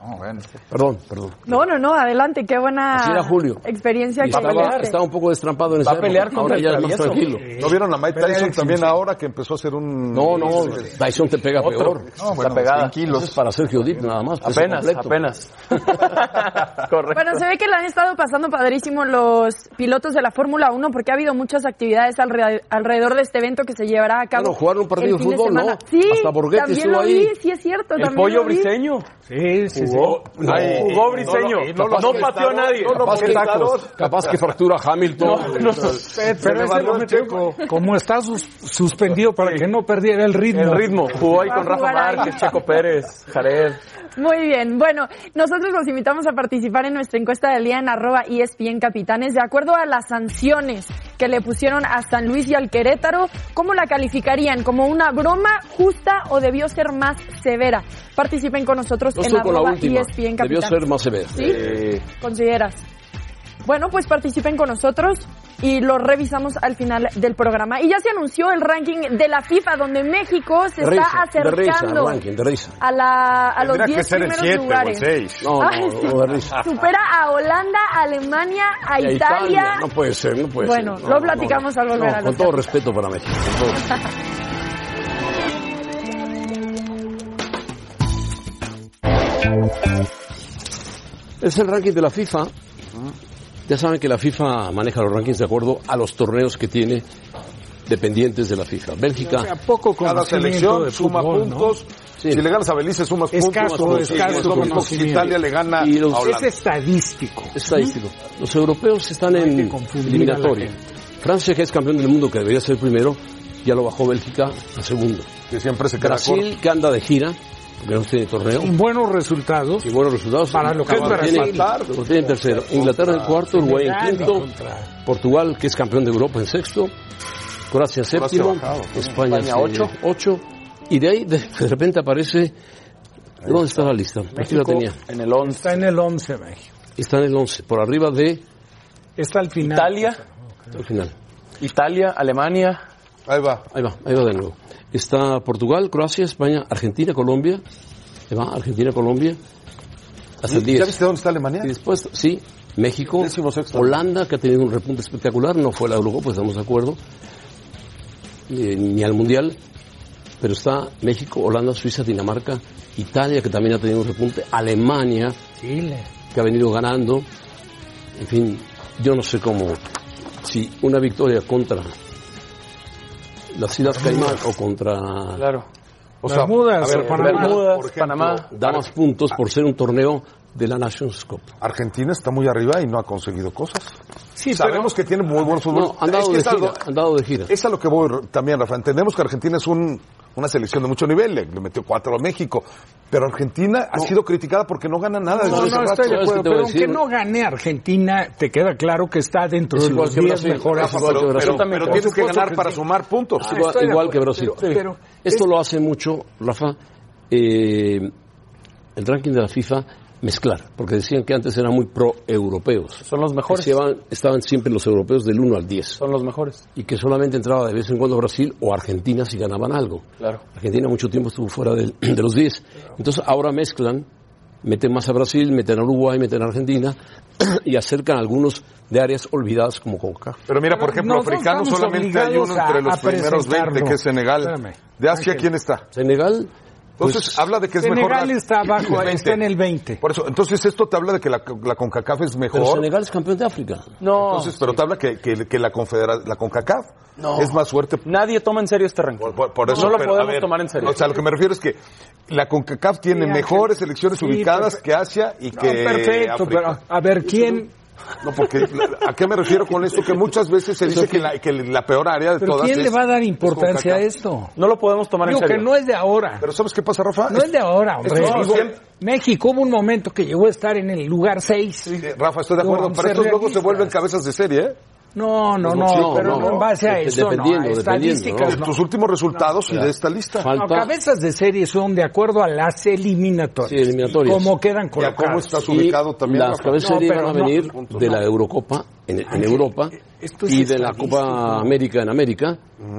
Speaker 3: Ah,
Speaker 4: No, bueno.
Speaker 2: perdón perdón
Speaker 11: No, no, no, adelante, qué buena
Speaker 2: Así era Julio.
Speaker 11: experiencia
Speaker 2: Y
Speaker 11: que
Speaker 2: estaba,
Speaker 11: tuviste.
Speaker 2: estaba un poco destrampado en esa
Speaker 10: a pelear
Speaker 2: época.
Speaker 10: contra
Speaker 2: ahora
Speaker 10: el
Speaker 2: ya es más
Speaker 10: travieso.
Speaker 2: tranquilo
Speaker 3: ¿No vieron a Mike Tyson también ahora que empezó a hacer un...
Speaker 2: No, no, Tyson te pega peor.
Speaker 4: No, bueno,
Speaker 10: pegada.
Speaker 4: 100 kilos.
Speaker 2: Eso es para Sergio Dip nada más. peso
Speaker 10: Apenas,
Speaker 2: completo.
Speaker 10: apenas. Correcto.
Speaker 11: Bueno, se ve que la han estado pasando padrísimo los pilotos de la Fórmula 1 porque ha habido muchas actividades alre- alrededor de este evento que se llevará a cabo.
Speaker 2: Bueno, jugaron un partido
Speaker 11: el
Speaker 2: de
Speaker 11: fin
Speaker 2: fútbol,
Speaker 11: semana.
Speaker 2: ¿no?
Speaker 11: Sí,
Speaker 2: Hasta Borghetti
Speaker 11: también
Speaker 2: estuvo
Speaker 11: lo
Speaker 2: ahí.
Speaker 11: vi, sí es cierto.
Speaker 10: El
Speaker 11: también
Speaker 10: pollo
Speaker 11: lo vi.
Speaker 10: briseño.
Speaker 6: Sí, sí, sí.
Speaker 10: Jugó,
Speaker 2: No.
Speaker 10: Ay, jugó briseño. No, pateó a nadie.
Speaker 2: Capaz que, capaz que fractura Hamilton.
Speaker 6: Pero ese lo metió como está sus- suspendido para que no perdiera el ritmo.
Speaker 10: El ritmo. Jugó ahí
Speaker 11: Va
Speaker 10: con
Speaker 11: a
Speaker 10: Rafa
Speaker 11: jugar ahí.
Speaker 10: Márquez, Checo Pérez, Jared.
Speaker 11: Muy bien, bueno, nosotros los invitamos a participar en nuestra encuesta del día en arroba E ESPN Capitanes. De acuerdo a las sanciones que le pusieron a San Luis y al Querétaro, ¿cómo la calificarían? ¿Como una broma justa o debió ser más severa? Participen con nosotros
Speaker 2: No
Speaker 11: en E
Speaker 2: estoy con la
Speaker 11: arroba
Speaker 2: última.
Speaker 11: ESPN
Speaker 2: Debió
Speaker 11: Capitanes.
Speaker 2: ser más Eh, severo.
Speaker 11: ¿Sí? ¿Consideras? Bueno, pues participen con nosotros y lo revisamos al final del programa. Y ya se anunció el ranking de la FIFA, donde México se
Speaker 2: De risa,
Speaker 11: está
Speaker 2: de risa,
Speaker 11: acercando
Speaker 2: ranking, de risa.
Speaker 11: a, la, a los
Speaker 3: Tendría que
Speaker 11: 10
Speaker 3: ser el
Speaker 11: primeros
Speaker 3: 7 o el
Speaker 11: lugares.
Speaker 3: 6.
Speaker 2: No, no,
Speaker 11: Ay, sí.
Speaker 2: no, de risa.
Speaker 11: Supera a Holanda, a Alemania, a
Speaker 2: Y a
Speaker 11: Italia.
Speaker 2: No puede ser, no puede
Speaker 11: Bueno,
Speaker 2: ser. No,
Speaker 11: lo
Speaker 2: no,
Speaker 11: platicamos
Speaker 2: no.
Speaker 11: al volver
Speaker 2: No,
Speaker 11: a los
Speaker 2: Con todo respeto para México. con todo. Es el ranking de la FIFA.
Speaker 3: Ah.
Speaker 2: Ya saben que la FIFA maneja los rankings de acuerdo a los torneos que tiene dependientes de la FIFA.
Speaker 6: O
Speaker 2: Bélgica.
Speaker 6: sea, poco
Speaker 3: Cada
Speaker 6: conocimiento
Speaker 3: selección
Speaker 6: de
Speaker 3: suma
Speaker 6: fútbol, ¿no?
Speaker 3: puntos.
Speaker 2: Sí.
Speaker 3: Si le ganas a Belice, sumas
Speaker 6: Escaso,
Speaker 3: puntos. Sí,
Speaker 6: escaso
Speaker 3: es lo mismo que
Speaker 6: conocimiento. Este
Speaker 3: Italia le gana
Speaker 2: Y los-
Speaker 3: a
Speaker 6: Es
Speaker 3: Holanda.
Speaker 6: estadístico.
Speaker 2: estadístico. Los europeos están
Speaker 6: hay que
Speaker 2: en
Speaker 6: confundir a
Speaker 2: eliminatoria.
Speaker 6: la gente.
Speaker 2: Francia, que es campeón del mundo, que debería ser primero, ya lo bajó Bélgica a segundo.
Speaker 3: Que siempre se queda corto.
Speaker 2: Brasil, que anda de gira, porque no tiene torneo.
Speaker 6: Con buenos resultados.
Speaker 2: Y buenos resultados.
Speaker 6: Para lo que es
Speaker 2: Lo tiene-
Speaker 6: Brasil.
Speaker 2: Lo tiene en tercero. Inglaterra en cuarto, Uruguay en
Speaker 6: Senegal y
Speaker 2: quinto.
Speaker 6: contra-
Speaker 2: Portugal, que es campeón de Europa, en sexto. Croacia séptimo. España,
Speaker 10: España,
Speaker 2: se-
Speaker 10: ocho.
Speaker 2: ocho. Y de ahí, de, de repente aparece... ¿Dónde está la lista? Aquí la
Speaker 10: México
Speaker 2: tenía.
Speaker 10: En el 11.
Speaker 6: Está en el 11, México.
Speaker 2: Está en el 11, por arriba de...
Speaker 6: Está al final.
Speaker 10: Italia,
Speaker 2: Al final.
Speaker 10: Italia, Alemania.
Speaker 3: Ahí va.
Speaker 2: Ahí va, ahí va de nuevo. Está Portugal, Croacia, España, Argentina, Colombia. Ahí va, Argentina, Colombia. Hasta el
Speaker 3: ¿Ya
Speaker 2: 10.
Speaker 3: viste dónde está Alemania?
Speaker 2: Y después, sí, México,
Speaker 3: Décimo sexto.
Speaker 2: Holanda, que ha tenido un repunte espectacular, no fue a la Eurocopa, estamos de acuerdo, eh, ni al Mundial, pero está México, Holanda, Suiza, Dinamarca, Italia, que también ha tenido un repunte, Alemania,
Speaker 6: Chile.
Speaker 2: que ha venido ganando, en fin, yo no sé cómo, si una victoria contra las Islas Caimán o contra
Speaker 10: Claro.
Speaker 3: O sea,
Speaker 6: Bermudas,
Speaker 3: a ver,
Speaker 6: Panamá.
Speaker 3: Bermudas,
Speaker 11: Bermudas,
Speaker 3: por ejemplo,
Speaker 11: Panamá.
Speaker 2: Da más puntos por ser un torneo de la Nations Cup.
Speaker 3: Argentina está muy arriba y no ha conseguido cosas.
Speaker 6: Sí,
Speaker 3: Sabemos que tiene muy buen fútbol.
Speaker 2: No, han dado de
Speaker 3: es algo-
Speaker 2: gira, han dado de gira.
Speaker 3: Es a lo que voy r- también, Rafa. Entendemos que Argentina es un- una selección de mucho nivel. Le, le metió cuatro a México. Pero Argentina ha sido criticada porque no gana nada. desde
Speaker 6: No,
Speaker 3: hace
Speaker 6: no,
Speaker 3: rato.
Speaker 6: estoy de
Speaker 2: ¿Sabes qué
Speaker 6: acuerdo.
Speaker 2: te voy a
Speaker 6: Pero aunque
Speaker 2: decir?
Speaker 6: no gane Argentina, te queda claro que está dentro de
Speaker 2: igual
Speaker 6: los
Speaker 2: que
Speaker 6: 10
Speaker 2: Brasil.
Speaker 6: mejores.
Speaker 2: Es igual que Brasil.
Speaker 3: pero, pero
Speaker 6: Por
Speaker 3: tienes que
Speaker 6: supuesto
Speaker 3: ganar
Speaker 6: que
Speaker 3: para
Speaker 6: sí.
Speaker 3: sumar puntos.
Speaker 6: Ah,
Speaker 2: igual
Speaker 6: estoy de
Speaker 2: igual
Speaker 6: acuerdo,
Speaker 2: que Brasil.
Speaker 6: pero- pero
Speaker 2: Esto lo hace mucho, Rafa, eh, el ranking de la FIFA mezclar, porque decían que antes eran muy pro-europeos.
Speaker 10: Son los mejores.
Speaker 2: Se llevaban- estaban siempre los europeos del 1 al 10
Speaker 10: Son los mejores.
Speaker 2: y que solamente entraba de vez en cuando Brasil o Argentina si ganaban algo.
Speaker 10: Claro.
Speaker 2: Argentina mucho tiempo estuvo fuera del- de los 10. Entonces ahora mezclan, meten más a Brasil, meten a Uruguay, meten a Argentina y acercan a algunos de áreas olvidadas como Coca.
Speaker 3: Pero mira, por ejemplo,
Speaker 6: Nosotros
Speaker 3: africanos
Speaker 6: estamos
Speaker 3: solamente hay uno
Speaker 6: obligados
Speaker 3: entre
Speaker 6: a-
Speaker 3: los
Speaker 6: a
Speaker 3: primeros 20,
Speaker 6: presentarlo.
Speaker 3: que es Senegal.
Speaker 6: Espérame,
Speaker 3: ¿De Asia
Speaker 6: Ángel.
Speaker 3: quién está?
Speaker 2: Senegal, pues,
Speaker 3: Entonces, habla de que es mejor.
Speaker 6: Senegal
Speaker 3: la-
Speaker 6: está abajo,
Speaker 3: el
Speaker 6: está en el 20.
Speaker 3: Por eso, entonces esto te habla de que la, la CONCACAF es
Speaker 2: pero
Speaker 3: mejor.
Speaker 2: Senegal es campeón de África.
Speaker 10: No,
Speaker 3: Entonces, pero te habla que, que, que la, confedera, la CONCACAF es más fuerte.
Speaker 10: nadie toma en serio este ranking.
Speaker 3: Por, por- por eso,
Speaker 10: no lo
Speaker 3: pero, a
Speaker 10: podemos
Speaker 3: ver,
Speaker 10: tomar en serio.
Speaker 3: O sea, lo que me refiero es que la CONCACAF tiene
Speaker 6: Ángel.
Speaker 3: mejores selecciones
Speaker 6: Sí,
Speaker 3: ubicadas
Speaker 6: perfecto.
Speaker 3: que Asia y
Speaker 6: No,
Speaker 3: que
Speaker 6: perfecto,
Speaker 3: África.
Speaker 6: pero a ver, ¿quién,
Speaker 3: No, porque ¿a qué me refiero con esto? Que muchas veces se dice que la, que la peor área de
Speaker 6: pero
Speaker 3: todas
Speaker 6: ¿quién
Speaker 3: es-
Speaker 6: le va a dar
Speaker 3: es
Speaker 6: importancia a
Speaker 3: CONCACAF.
Speaker 6: esto?
Speaker 10: no lo podemos tomar en
Speaker 6: Digo
Speaker 10: serio.
Speaker 6: que no es de ahora.
Speaker 3: Pero ¿sabes qué pasa, Rafa?
Speaker 6: No es de ahora, hombre.
Speaker 3: esto es
Speaker 6: Digo,
Speaker 3: siempre-
Speaker 6: México hubo un momento que llegó a estar en el lugar 6.
Speaker 3: Eh, Rafa, estoy de
Speaker 6: Digo,
Speaker 3: acuerdo,
Speaker 6: vamos
Speaker 3: pero
Speaker 6: a ser
Speaker 3: estos luego se
Speaker 6: realistas.
Speaker 3: vuelven cabezas de serie, ¿eh?
Speaker 6: No, no, no,
Speaker 2: Pues no,
Speaker 6: pero
Speaker 2: no,
Speaker 6: no,
Speaker 2: no.
Speaker 6: en base a
Speaker 2: Dep-
Speaker 6: eso,
Speaker 2: dependiendo,
Speaker 6: no, a estadísticas,
Speaker 2: dependiendo,
Speaker 6: no.
Speaker 3: Tus últimos resultados y de esta lista.
Speaker 6: No,
Speaker 2: falta
Speaker 6: cabezas de serie son de acuerdo a las eliminatorias.
Speaker 2: Sí, eliminatorias.
Speaker 6: Como quedan
Speaker 3: Y a cómo
Speaker 6: colocadas.
Speaker 3: estás
Speaker 2: y
Speaker 3: ubicado también.
Speaker 2: las
Speaker 3: Rafa.
Speaker 2: cabezas
Speaker 6: No,
Speaker 2: de serie
Speaker 6: pero
Speaker 2: van a
Speaker 6: no.
Speaker 2: venir de la Eurocopa en, en Europa
Speaker 6: esto es
Speaker 2: y de la
Speaker 6: estadístico.
Speaker 2: Copa América en América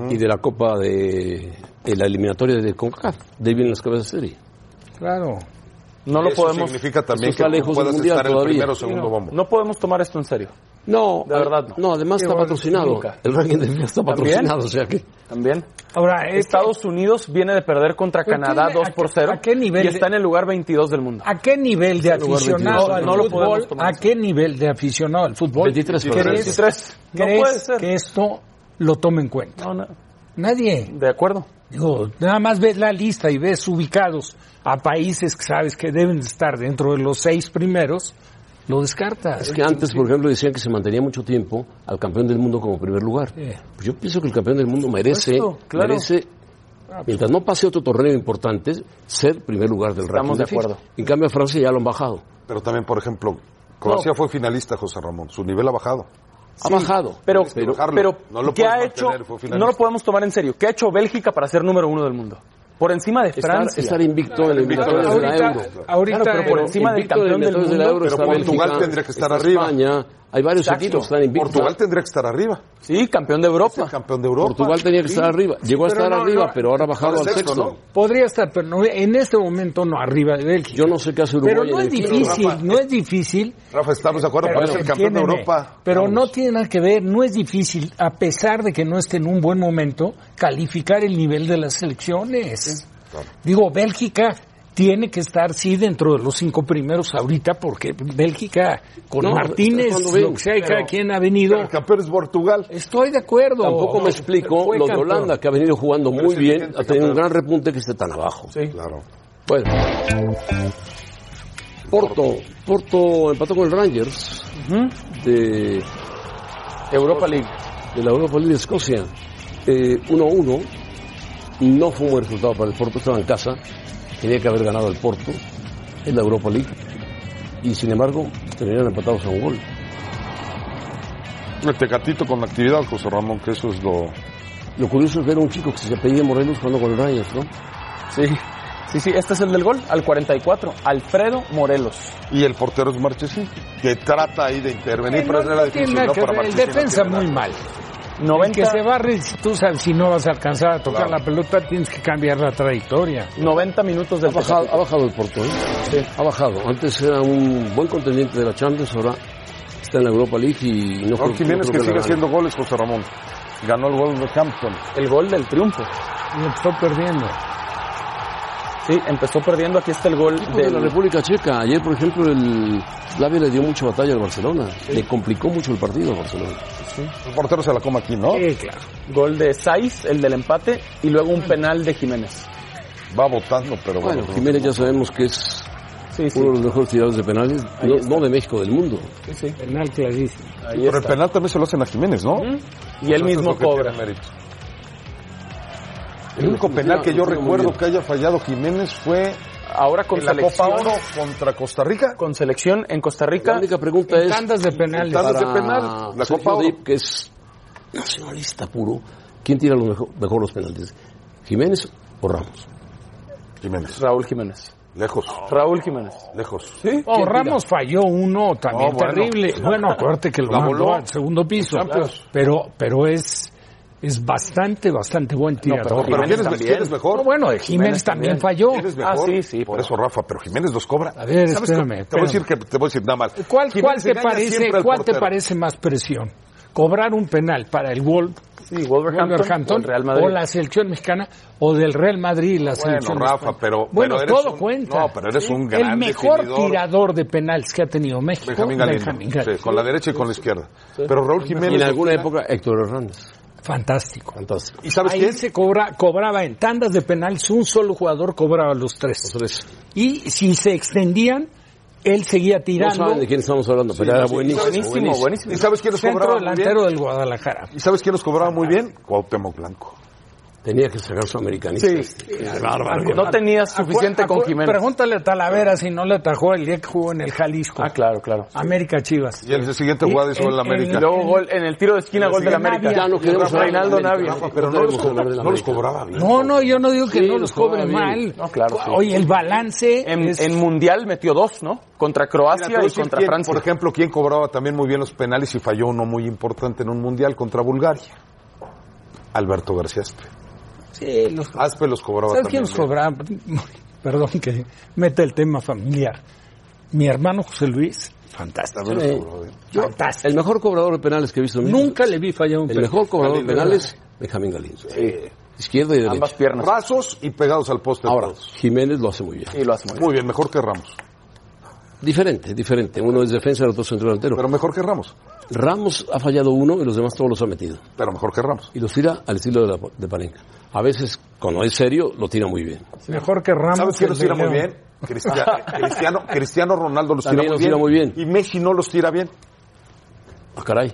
Speaker 2: y de la Copa de, de la eliminatoria de CONCACAF. De ahí vienen las cabezas de serie.
Speaker 6: Claro.
Speaker 10: no lo
Speaker 3: Eso
Speaker 10: podemos
Speaker 3: significa también
Speaker 2: Esto
Speaker 3: que
Speaker 2: está
Speaker 3: tú
Speaker 2: lejos del
Speaker 3: puedas
Speaker 2: Mundial
Speaker 3: estar en el
Speaker 2: todavía.
Speaker 3: primero o segundo bombo.
Speaker 10: no podemos tomar esto en serio.
Speaker 2: No,
Speaker 10: De
Speaker 2: al-
Speaker 10: verdad, no.
Speaker 2: No, además
Speaker 10: Qué
Speaker 2: está
Speaker 10: bueno,
Speaker 2: patrocinado.
Speaker 10: nunca.
Speaker 2: El ranking de FIFA está
Speaker 10: ¿También?
Speaker 2: patrocinado, o sea que
Speaker 10: También.
Speaker 6: Ahora, es que-
Speaker 10: Estados Unidos viene de perder contra
Speaker 6: Pero
Speaker 10: Canadá
Speaker 6: entiéndeme,
Speaker 10: 2 por
Speaker 6: ¿a qué-
Speaker 10: 0
Speaker 6: a qué nivel
Speaker 10: y está en el lugar 22 del mundo.
Speaker 6: ¿A qué nivel de aficionado al
Speaker 10: No lo podemos
Speaker 6: fútbol?
Speaker 10: tomar.
Speaker 6: ¿A qué nivel de aficionado al fútbol
Speaker 2: 23
Speaker 6: crees,
Speaker 10: 23. No
Speaker 6: crees
Speaker 10: puede ser.
Speaker 6: que esto lo tome en cuenta?
Speaker 10: No, no.
Speaker 6: Nadie.
Speaker 10: De acuerdo.
Speaker 6: Digo, nada más ves la lista y ves ubicados a países que sabes que deben estar dentro de los seis primeros, lo descartas.
Speaker 2: es que antes, por ejemplo, decían que se mantenía mucho tiempo al campeón del mundo como primer lugar.
Speaker 6: Sí.
Speaker 2: Pues yo pienso que el campeón del mundo merece,
Speaker 10: supuesto, claro.
Speaker 2: merece
Speaker 6: Ah, pues
Speaker 2: mientras no pase otro torneo importante, ser primer lugar del ranking.
Speaker 10: Estamos de
Speaker 2: FIFA.
Speaker 10: acuerdo.
Speaker 2: En cambio, a Francia ya lo han bajado.
Speaker 3: Pero también, por ejemplo, Croacia fue finalista, José Ramón. Su nivel ha bajado.
Speaker 2: Ha bajado.
Speaker 10: Pero,
Speaker 3: Tienes que
Speaker 10: pero,
Speaker 3: bajarlo.
Speaker 10: pero
Speaker 3: No lo
Speaker 10: ¿qué
Speaker 3: puedes
Speaker 10: ha hecho?
Speaker 3: mantener, fue finalista.
Speaker 10: No lo podemos tomar en serio. ¿Qué ha hecho Bélgica para ser número uno del mundo? Por encima de
Speaker 2: estar,
Speaker 10: Francia.
Speaker 2: estar invicto en la eliminatoria de la
Speaker 6: Ahorita-
Speaker 2: Euro.
Speaker 6: ahorita,
Speaker 2: Claro, pero por
Speaker 6: eh,
Speaker 2: encima del
Speaker 10: invicto en
Speaker 2: campeón del
Speaker 10: eliminatorias
Speaker 2: mundo.
Speaker 10: de la Euro
Speaker 2: pero
Speaker 10: está
Speaker 2: Portugal
Speaker 3: Bélgica,
Speaker 2: tendría que estar
Speaker 3: está
Speaker 2: arriba.
Speaker 3: España,
Speaker 2: hay varios
Speaker 10: Exacto.
Speaker 2: equipos que están invictos.
Speaker 3: Portugal tendría que estar arriba.
Speaker 10: Sí, campeón de Europa.
Speaker 3: Campeón de Europa.
Speaker 2: Portugal tenía que estar arriba. Llegó a
Speaker 6: pero
Speaker 2: estar
Speaker 6: no,
Speaker 2: arriba,
Speaker 6: no.
Speaker 2: pero ahora ha bajado
Speaker 3: Ahora
Speaker 2: al
Speaker 3: es
Speaker 2: sexto.
Speaker 3: sexto,
Speaker 6: Podría estar, pero no, en este momento no arriba de Bélgica.
Speaker 2: Yo no sé qué hace Uruguay.
Speaker 6: pero no
Speaker 2: en
Speaker 6: es
Speaker 2: el quinto.
Speaker 6: difícil,
Speaker 3: Rafa.
Speaker 6: no es difícil.
Speaker 3: Rafa, estamos de acuerdo, pero es el campeón de
Speaker 6: entiéndeme,
Speaker 3: Europa.
Speaker 6: Pero
Speaker 3: Vamos.
Speaker 6: no tiene nada que ver, no es difícil, a pesar de que no esté en un buen momento, calificar el nivel de las selecciones. Digo, Bélgica tiene que estar, sí, dentro de los cinco primeros ahorita, porque Bélgica, con
Speaker 2: No,
Speaker 6: Martínez,
Speaker 2: está jugando bien,
Speaker 6: lo que sea, y
Speaker 2: pero-
Speaker 6: cada quien ha venido.
Speaker 3: Pero el campeón es Portugal.
Speaker 6: Estoy de acuerdo.
Speaker 2: Tampoco me explico
Speaker 6: Fue
Speaker 2: lo de
Speaker 6: campeón.
Speaker 2: Holanda, que ha venido jugando
Speaker 3: Pero
Speaker 2: muy
Speaker 3: es
Speaker 2: bien,
Speaker 3: evidente,
Speaker 2: ha tenido un
Speaker 3: campeón.
Speaker 2: gran repunte que esté tan abajo.
Speaker 3: Claro.
Speaker 2: Bueno. Porto, Porto empató con el Rangers de
Speaker 10: Europa League.
Speaker 2: de la Europa League de Escocia. Eh, 1-1. no fue un buen resultado para el Porto. Estaba en casa. Tenía que haber ganado el Porto en la Europa League. Y sin embargo, terminaron empatados a un gol.
Speaker 3: El tecatito con actividad, José Ramón, que eso es lo...
Speaker 2: Lo curioso es ver a un chico que se apellida Morelos jugando con el Rangers, ¿no?
Speaker 10: Sí. Sí, sí, este es el del gol, al 44, Alfredo Morelos.
Speaker 3: Y el portero es Marchesín, que trata ahí de intervenir, pero es la
Speaker 6: No tiene
Speaker 3: difícil,
Speaker 6: nada
Speaker 3: ¿no?
Speaker 6: que
Speaker 3: Para
Speaker 6: ver, el
Speaker 3: Marchesín. no
Speaker 6: defensa
Speaker 3: tiene
Speaker 6: muy
Speaker 3: nada.
Speaker 6: mal.
Speaker 10: 90,
Speaker 6: El que se barre, si tú sabes, si no vas a alcanzar a tocar
Speaker 3: Claro.
Speaker 6: la pelota, tienes que cambiar la trayectoria.
Speaker 10: 90 minutos del
Speaker 2: Ha bajado, ha
Speaker 10: Tecatito.
Speaker 2: bajado el Porto, ¿eh? Ha bajado. Antes era un buen contendiente de la Champions, ahora está en la Europa League y no
Speaker 3: Raúl Jiménez
Speaker 2: no
Speaker 3: que sigue
Speaker 2: creo la gane.
Speaker 3: haciendo goles, José Ramón. Ganó el gol de Hampton.
Speaker 10: El gol del triunfo.
Speaker 6: Y empezó perdiendo.
Speaker 10: Sí, empezó perdiendo. Aquí está el gol
Speaker 2: Equipo de la
Speaker 10: del
Speaker 2: República Checa. Ayer, por ejemplo, el Slavia le dio mucha batalla al Barcelona. Le complicó mucho el partido al Barcelona.
Speaker 3: El portero se la come aquí, ¿no?
Speaker 6: Sí, claro.
Speaker 10: gol de Saiz, el del empate, y luego un penal de Jiménez.
Speaker 3: va votando, pero bueno.
Speaker 2: Bueno, Jiménez ya sabemos que es uno de los mejores tiradores de penales, no, no de México, del mundo.
Speaker 6: Penal clarísimo.
Speaker 10: Ahí
Speaker 3: Pero el
Speaker 10: está.
Speaker 3: penal también se lo hacen a Jiménez, ¿no?
Speaker 10: Y él mismo cobra.
Speaker 3: El único penal que yo recuerdo que haya fallado Jiménez fue
Speaker 10: Ahora con
Speaker 3: en la Copa
Speaker 10: selección.
Speaker 3: Oro contra Costa Rica.
Speaker 10: Con selección en Costa
Speaker 2: La
Speaker 10: Rica.
Speaker 2: única pregunta es
Speaker 6: Tandas de penales.
Speaker 3: Tandas de
Speaker 2: para
Speaker 3: penal, la
Speaker 2: Sergio
Speaker 3: Copa Oro.
Speaker 2: Dip, que es nacionalista puro, ¿quién tira los mejo- mejor los penaltis? ¿Jiménez o Ramos?
Speaker 3: Jiménez.
Speaker 10: Raúl Jiménez.
Speaker 3: Lejos,
Speaker 10: Raúl Jiménez.
Speaker 3: lejos.
Speaker 6: Oh, Ramos falló uno también
Speaker 3: ¿Eh? Oh, bueno.
Speaker 6: terrible. Bueno, acuérdate que lo
Speaker 3: La
Speaker 6: mandó
Speaker 3: voló. Ah, pues.
Speaker 6: al segundo piso.
Speaker 3: Champions.
Speaker 6: Pero, pero es, es bastante, bastante buen tirador.
Speaker 3: Pero ¿quién es,
Speaker 10: también.
Speaker 3: quién es mejor?
Speaker 6: No, bueno, Jiménez, también, falló.
Speaker 3: ¿Quién es mejor?
Speaker 10: Ah, sí, sí,
Speaker 3: Por
Speaker 10: pero-
Speaker 3: eso, Rafa, pero Jiménez los cobra.
Speaker 6: A ver,
Speaker 3: ¿Sabes
Speaker 6: espérame,
Speaker 3: qué? Te voy a decir
Speaker 6: espérame.
Speaker 3: que te voy a decir nada más.
Speaker 6: ¿Cuál,
Speaker 3: Jiménez
Speaker 6: cuál te
Speaker 3: engaña
Speaker 6: parece,
Speaker 3: siempre al
Speaker 6: cuál te
Speaker 3: portero.
Speaker 6: parece más presión? ¿Cobrar un penal para el Wolf-
Speaker 10: Sí, Wolverhampton. o
Speaker 6: Wolverhampton
Speaker 10: el Real Madrid.
Speaker 6: o la selección mexicana o del Real Madrid la
Speaker 3: Bueno,
Speaker 6: selección
Speaker 3: Rafa,
Speaker 6: española?
Speaker 3: pero.
Speaker 6: bueno
Speaker 3: pero eres
Speaker 6: todo
Speaker 3: un-
Speaker 6: cuenta
Speaker 3: No, pero eres un gran
Speaker 6: el mejor
Speaker 3: definidor.
Speaker 6: tirador de penales que ha tenido México
Speaker 3: Benjamín Galindo.
Speaker 6: Benjamín Galindo.
Speaker 3: Sí, con la derecha y con la izquierda. Pero Raúl
Speaker 2: Y en
Speaker 3: Jiménez.
Speaker 2: alguna época Héctor Hernández.
Speaker 6: fantástico
Speaker 2: Fantástico.
Speaker 3: ¿Y sabes
Speaker 6: Ahí
Speaker 3: qué?
Speaker 6: se cobra, cobraba en tandas de penales, un solo jugador cobraba los tres. Y si se extendían, él seguía
Speaker 2: No
Speaker 6: tirando.
Speaker 2: saben de quién estamos hablando, pero era
Speaker 3: sí,
Speaker 2: buenísimo.
Speaker 3: ¿sabes?
Speaker 10: Buenísimo, buenísimo.
Speaker 3: ¿Y sabes quién los
Speaker 6: centro
Speaker 3: cobraba muy bien?
Speaker 6: delantero del Guadalajara.
Speaker 3: ¿Y sabes quién los cobraba muy bien? Cuauhtémoc Blanco.
Speaker 2: Tenía que sacar su americanista. Era bárbaro.
Speaker 10: No tenías suficiente
Speaker 6: Acu-
Speaker 10: con
Speaker 6: acu-
Speaker 10: Jiménez.
Speaker 6: Pregúntale a Talavera si no le atajó el día que jugó en el Jalisco.
Speaker 10: Ah, claro, claro.
Speaker 6: América Chivas.
Speaker 3: Y el siguiente jugada hizo
Speaker 6: en-
Speaker 3: el América.
Speaker 10: Y luego gol en el tiro de esquina, gol del
Speaker 6: siguiente
Speaker 10: América.
Speaker 6: Navia.
Speaker 2: Ya no queremos hablar de
Speaker 10: Reinaldo
Speaker 2: América,
Speaker 10: Navia.
Speaker 2: Rafa,
Speaker 3: Pero no
Speaker 2: queremos
Speaker 3: los,
Speaker 2: hablar de la
Speaker 3: no los
Speaker 2: América.
Speaker 3: cobraba bien.
Speaker 6: No, no, yo no digo que
Speaker 2: Sí,
Speaker 6: no
Speaker 2: los
Speaker 6: los cobre
Speaker 2: juega bien.
Speaker 6: mal.
Speaker 10: No, claro, sí.
Speaker 6: Oye, el balance
Speaker 10: En,
Speaker 6: es-
Speaker 10: en Mundial metió dos, ¿no? Contra
Speaker 3: Mira,
Speaker 10: Croacia
Speaker 3: te voy a
Speaker 10: y
Speaker 3: decir
Speaker 10: contra
Speaker 3: quién,
Speaker 10: Francia.
Speaker 3: Por ejemplo, quien cobraba también muy bien los penales y falló uno muy importante en un mundial contra Bulgaria. Alberto García Aspe.
Speaker 6: Sí, los-
Speaker 3: Aspe los cobraba
Speaker 6: ¿Sabes quién
Speaker 3: también.
Speaker 6: los
Speaker 3: bien.
Speaker 6: cobraba? Perdón que meta el tema familiar. Mi hermano José Luis, fantástico.
Speaker 3: También los cobraba bien.
Speaker 2: Yo- el mejor cobrador de penales que he visto en mi vida.
Speaker 6: Nunca le vi fallar un
Speaker 2: El
Speaker 6: penal.
Speaker 2: mejor cobrador de penales, Benjamín Galindo. Eh, Izquierda y
Speaker 10: Ambas
Speaker 2: derecha.
Speaker 10: piernas.
Speaker 3: Rasos y pegados al poste.
Speaker 2: Ahora,
Speaker 3: todos.
Speaker 2: Jiménez lo hace muy bien.
Speaker 10: Y lo hace muy bien.
Speaker 3: Muy bien, mejor que Ramos.
Speaker 2: Diferente, diferente. Uno es defensa, el otro es centro delantero.
Speaker 3: Pero mejor que Ramos.
Speaker 2: Ramos ha fallado uno y los demás todos los ha metido.
Speaker 3: Pero mejor que Ramos.
Speaker 2: Y los tira al estilo de, la, de Panenka. A veces, cuando es serio, lo tira muy bien.
Speaker 6: Mejor que Ramos.
Speaker 3: ¿Sabes quién
Speaker 6: el
Speaker 3: los
Speaker 6: de
Speaker 3: tira muy
Speaker 6: León.
Speaker 3: bien? Cristiano, Cristiano, Cristiano Ronaldo los tira,
Speaker 2: También
Speaker 3: muy,
Speaker 2: los
Speaker 3: bien,
Speaker 2: tira muy bien.
Speaker 3: Y Messi no los tira bien.
Speaker 2: Ah, caray.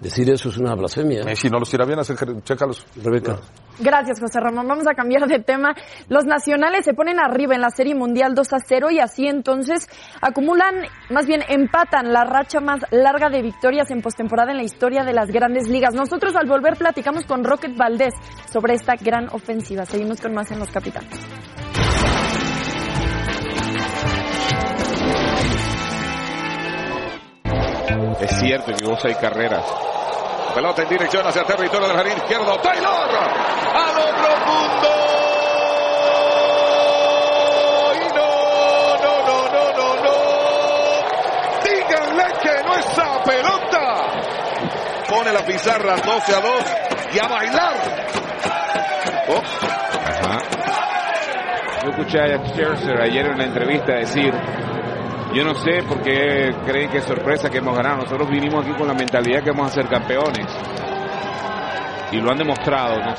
Speaker 2: Decir eso es una blasfemia. ¿eh?
Speaker 3: Messi no los tira bien, así que chécalos.
Speaker 2: Rebeca.
Speaker 11: Gracias, José Ramón. Vamos a cambiar de tema. Los nacionales se ponen arriba en la Serie Mundial 2 a 0 y así entonces acumulan, más bien empatan la racha más larga de victorias en postemporada en la historia de las grandes ligas. Nosotros al volver platicamos con Rocket Valdés sobre esta gran ofensiva. Seguimos con más en Los Capitanes.
Speaker 12: Es cierto que vos hay carreras. Pelota en dirección hacia territorio del jardín izquierdo. Taylor al otro mundo. Y no, no, no, no, no, no. Díganle que no esa pelota. Pone la pizarra 12 a 2 y a bailar. Oh. Yo escuché a Scherzer ayer en una entrevista decir yo no sé por qué creen que es sorpresa que hemos ganado. Nosotros vinimos aquí con la mentalidad que vamos a ser campeones. Y lo han demostrado. ¿no?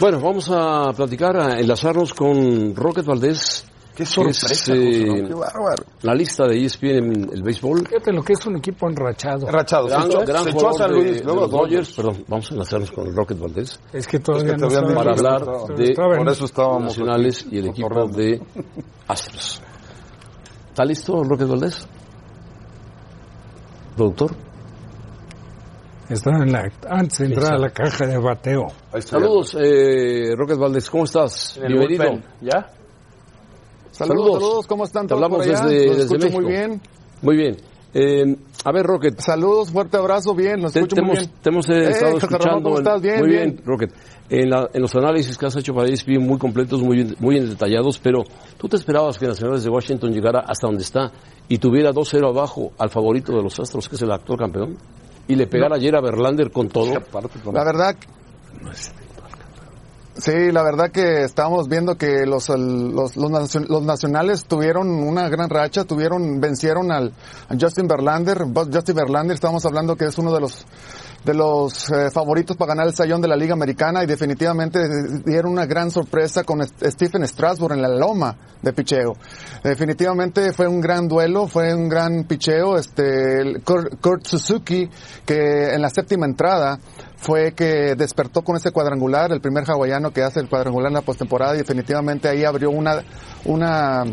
Speaker 2: Bueno, vamos a platicar, a enlazarnos con Rocket Valdés.
Speaker 3: Qué
Speaker 2: Es,
Speaker 3: sorpresa,
Speaker 2: eh,
Speaker 3: José, ¿no? Qué bárbaro.
Speaker 2: La lista de E ESPN en el béisbol.
Speaker 6: Fíjate lo que es un equipo enrachado.
Speaker 3: Rachados.
Speaker 2: Gran,
Speaker 3: se echó,
Speaker 2: gran
Speaker 3: se echó a
Speaker 2: jugador
Speaker 3: San
Speaker 2: de-
Speaker 3: Luis,
Speaker 2: de
Speaker 3: luego a
Speaker 2: los Dodgers.
Speaker 3: Dodgers.
Speaker 2: Perdón, vamos a enlazarnos con el Rocket Valdés.
Speaker 6: Es que todavía
Speaker 3: Es que
Speaker 6: no
Speaker 3: todavía
Speaker 6: saben-
Speaker 3: no
Speaker 2: para
Speaker 3: Pero
Speaker 2: hablar
Speaker 3: no
Speaker 6: saben-
Speaker 2: de
Speaker 6: saben-
Speaker 3: Por eso estábamos
Speaker 2: nacionales
Speaker 3: aquí,
Speaker 2: y el equipo
Speaker 3: cotorreando.
Speaker 2: de Astros. ¿Está listo Rocket Valdés? ¿Productor?
Speaker 6: Están en la, antes de entrar a la caja de bateo.
Speaker 3: Ahí está.
Speaker 2: Saludos, eh, Rocket Valdés, ¿cómo estás?
Speaker 10: En el
Speaker 2: Bienvenido.
Speaker 10: bullpen. ¿Ya?
Speaker 2: Saludos, saludos, ¿cómo están? Te hablamos desde, desde México. Muy bien. Muy bien. Eh, a ver, Rocket. Saludos, fuerte abrazo, bien, nos te, te hemos, Te hemos eh, estado escuchando. estás? Bien, muy bien, Rocket. En, la- en los análisis que has hecho para ESPN muy completos, muy, muy detallados, pero tú te esperabas que Nacionales de Washington llegara hasta donde está y tuviera 2-0 abajo al favorito de los Astros, que es el actual campeón, y le pegara ayer a Verlander con todo.
Speaker 13: La verdad. Sí, la verdad que estábamos viendo que los, el- los, los nacio- los nacionales tuvieron una gran racha, tuvieron, vencieron al a Justin Verlander, Bud- Justin Verlander, estábamos hablando que es uno de los de los eh, favoritos para ganar el sayón de la Liga Americana y definitivamente dieron una gran sorpresa con Est- Stephen Strasburg en la loma de picheo. Definitivamente fue un gran duelo, fue un gran picheo. Este, el Kurt, Kurt Suzuki, que en la séptima entrada fue que despertó con ese cuadrangular, el primer hawaiano que hace el cuadrangular en la postemporada y definitivamente ahí abrió una, una,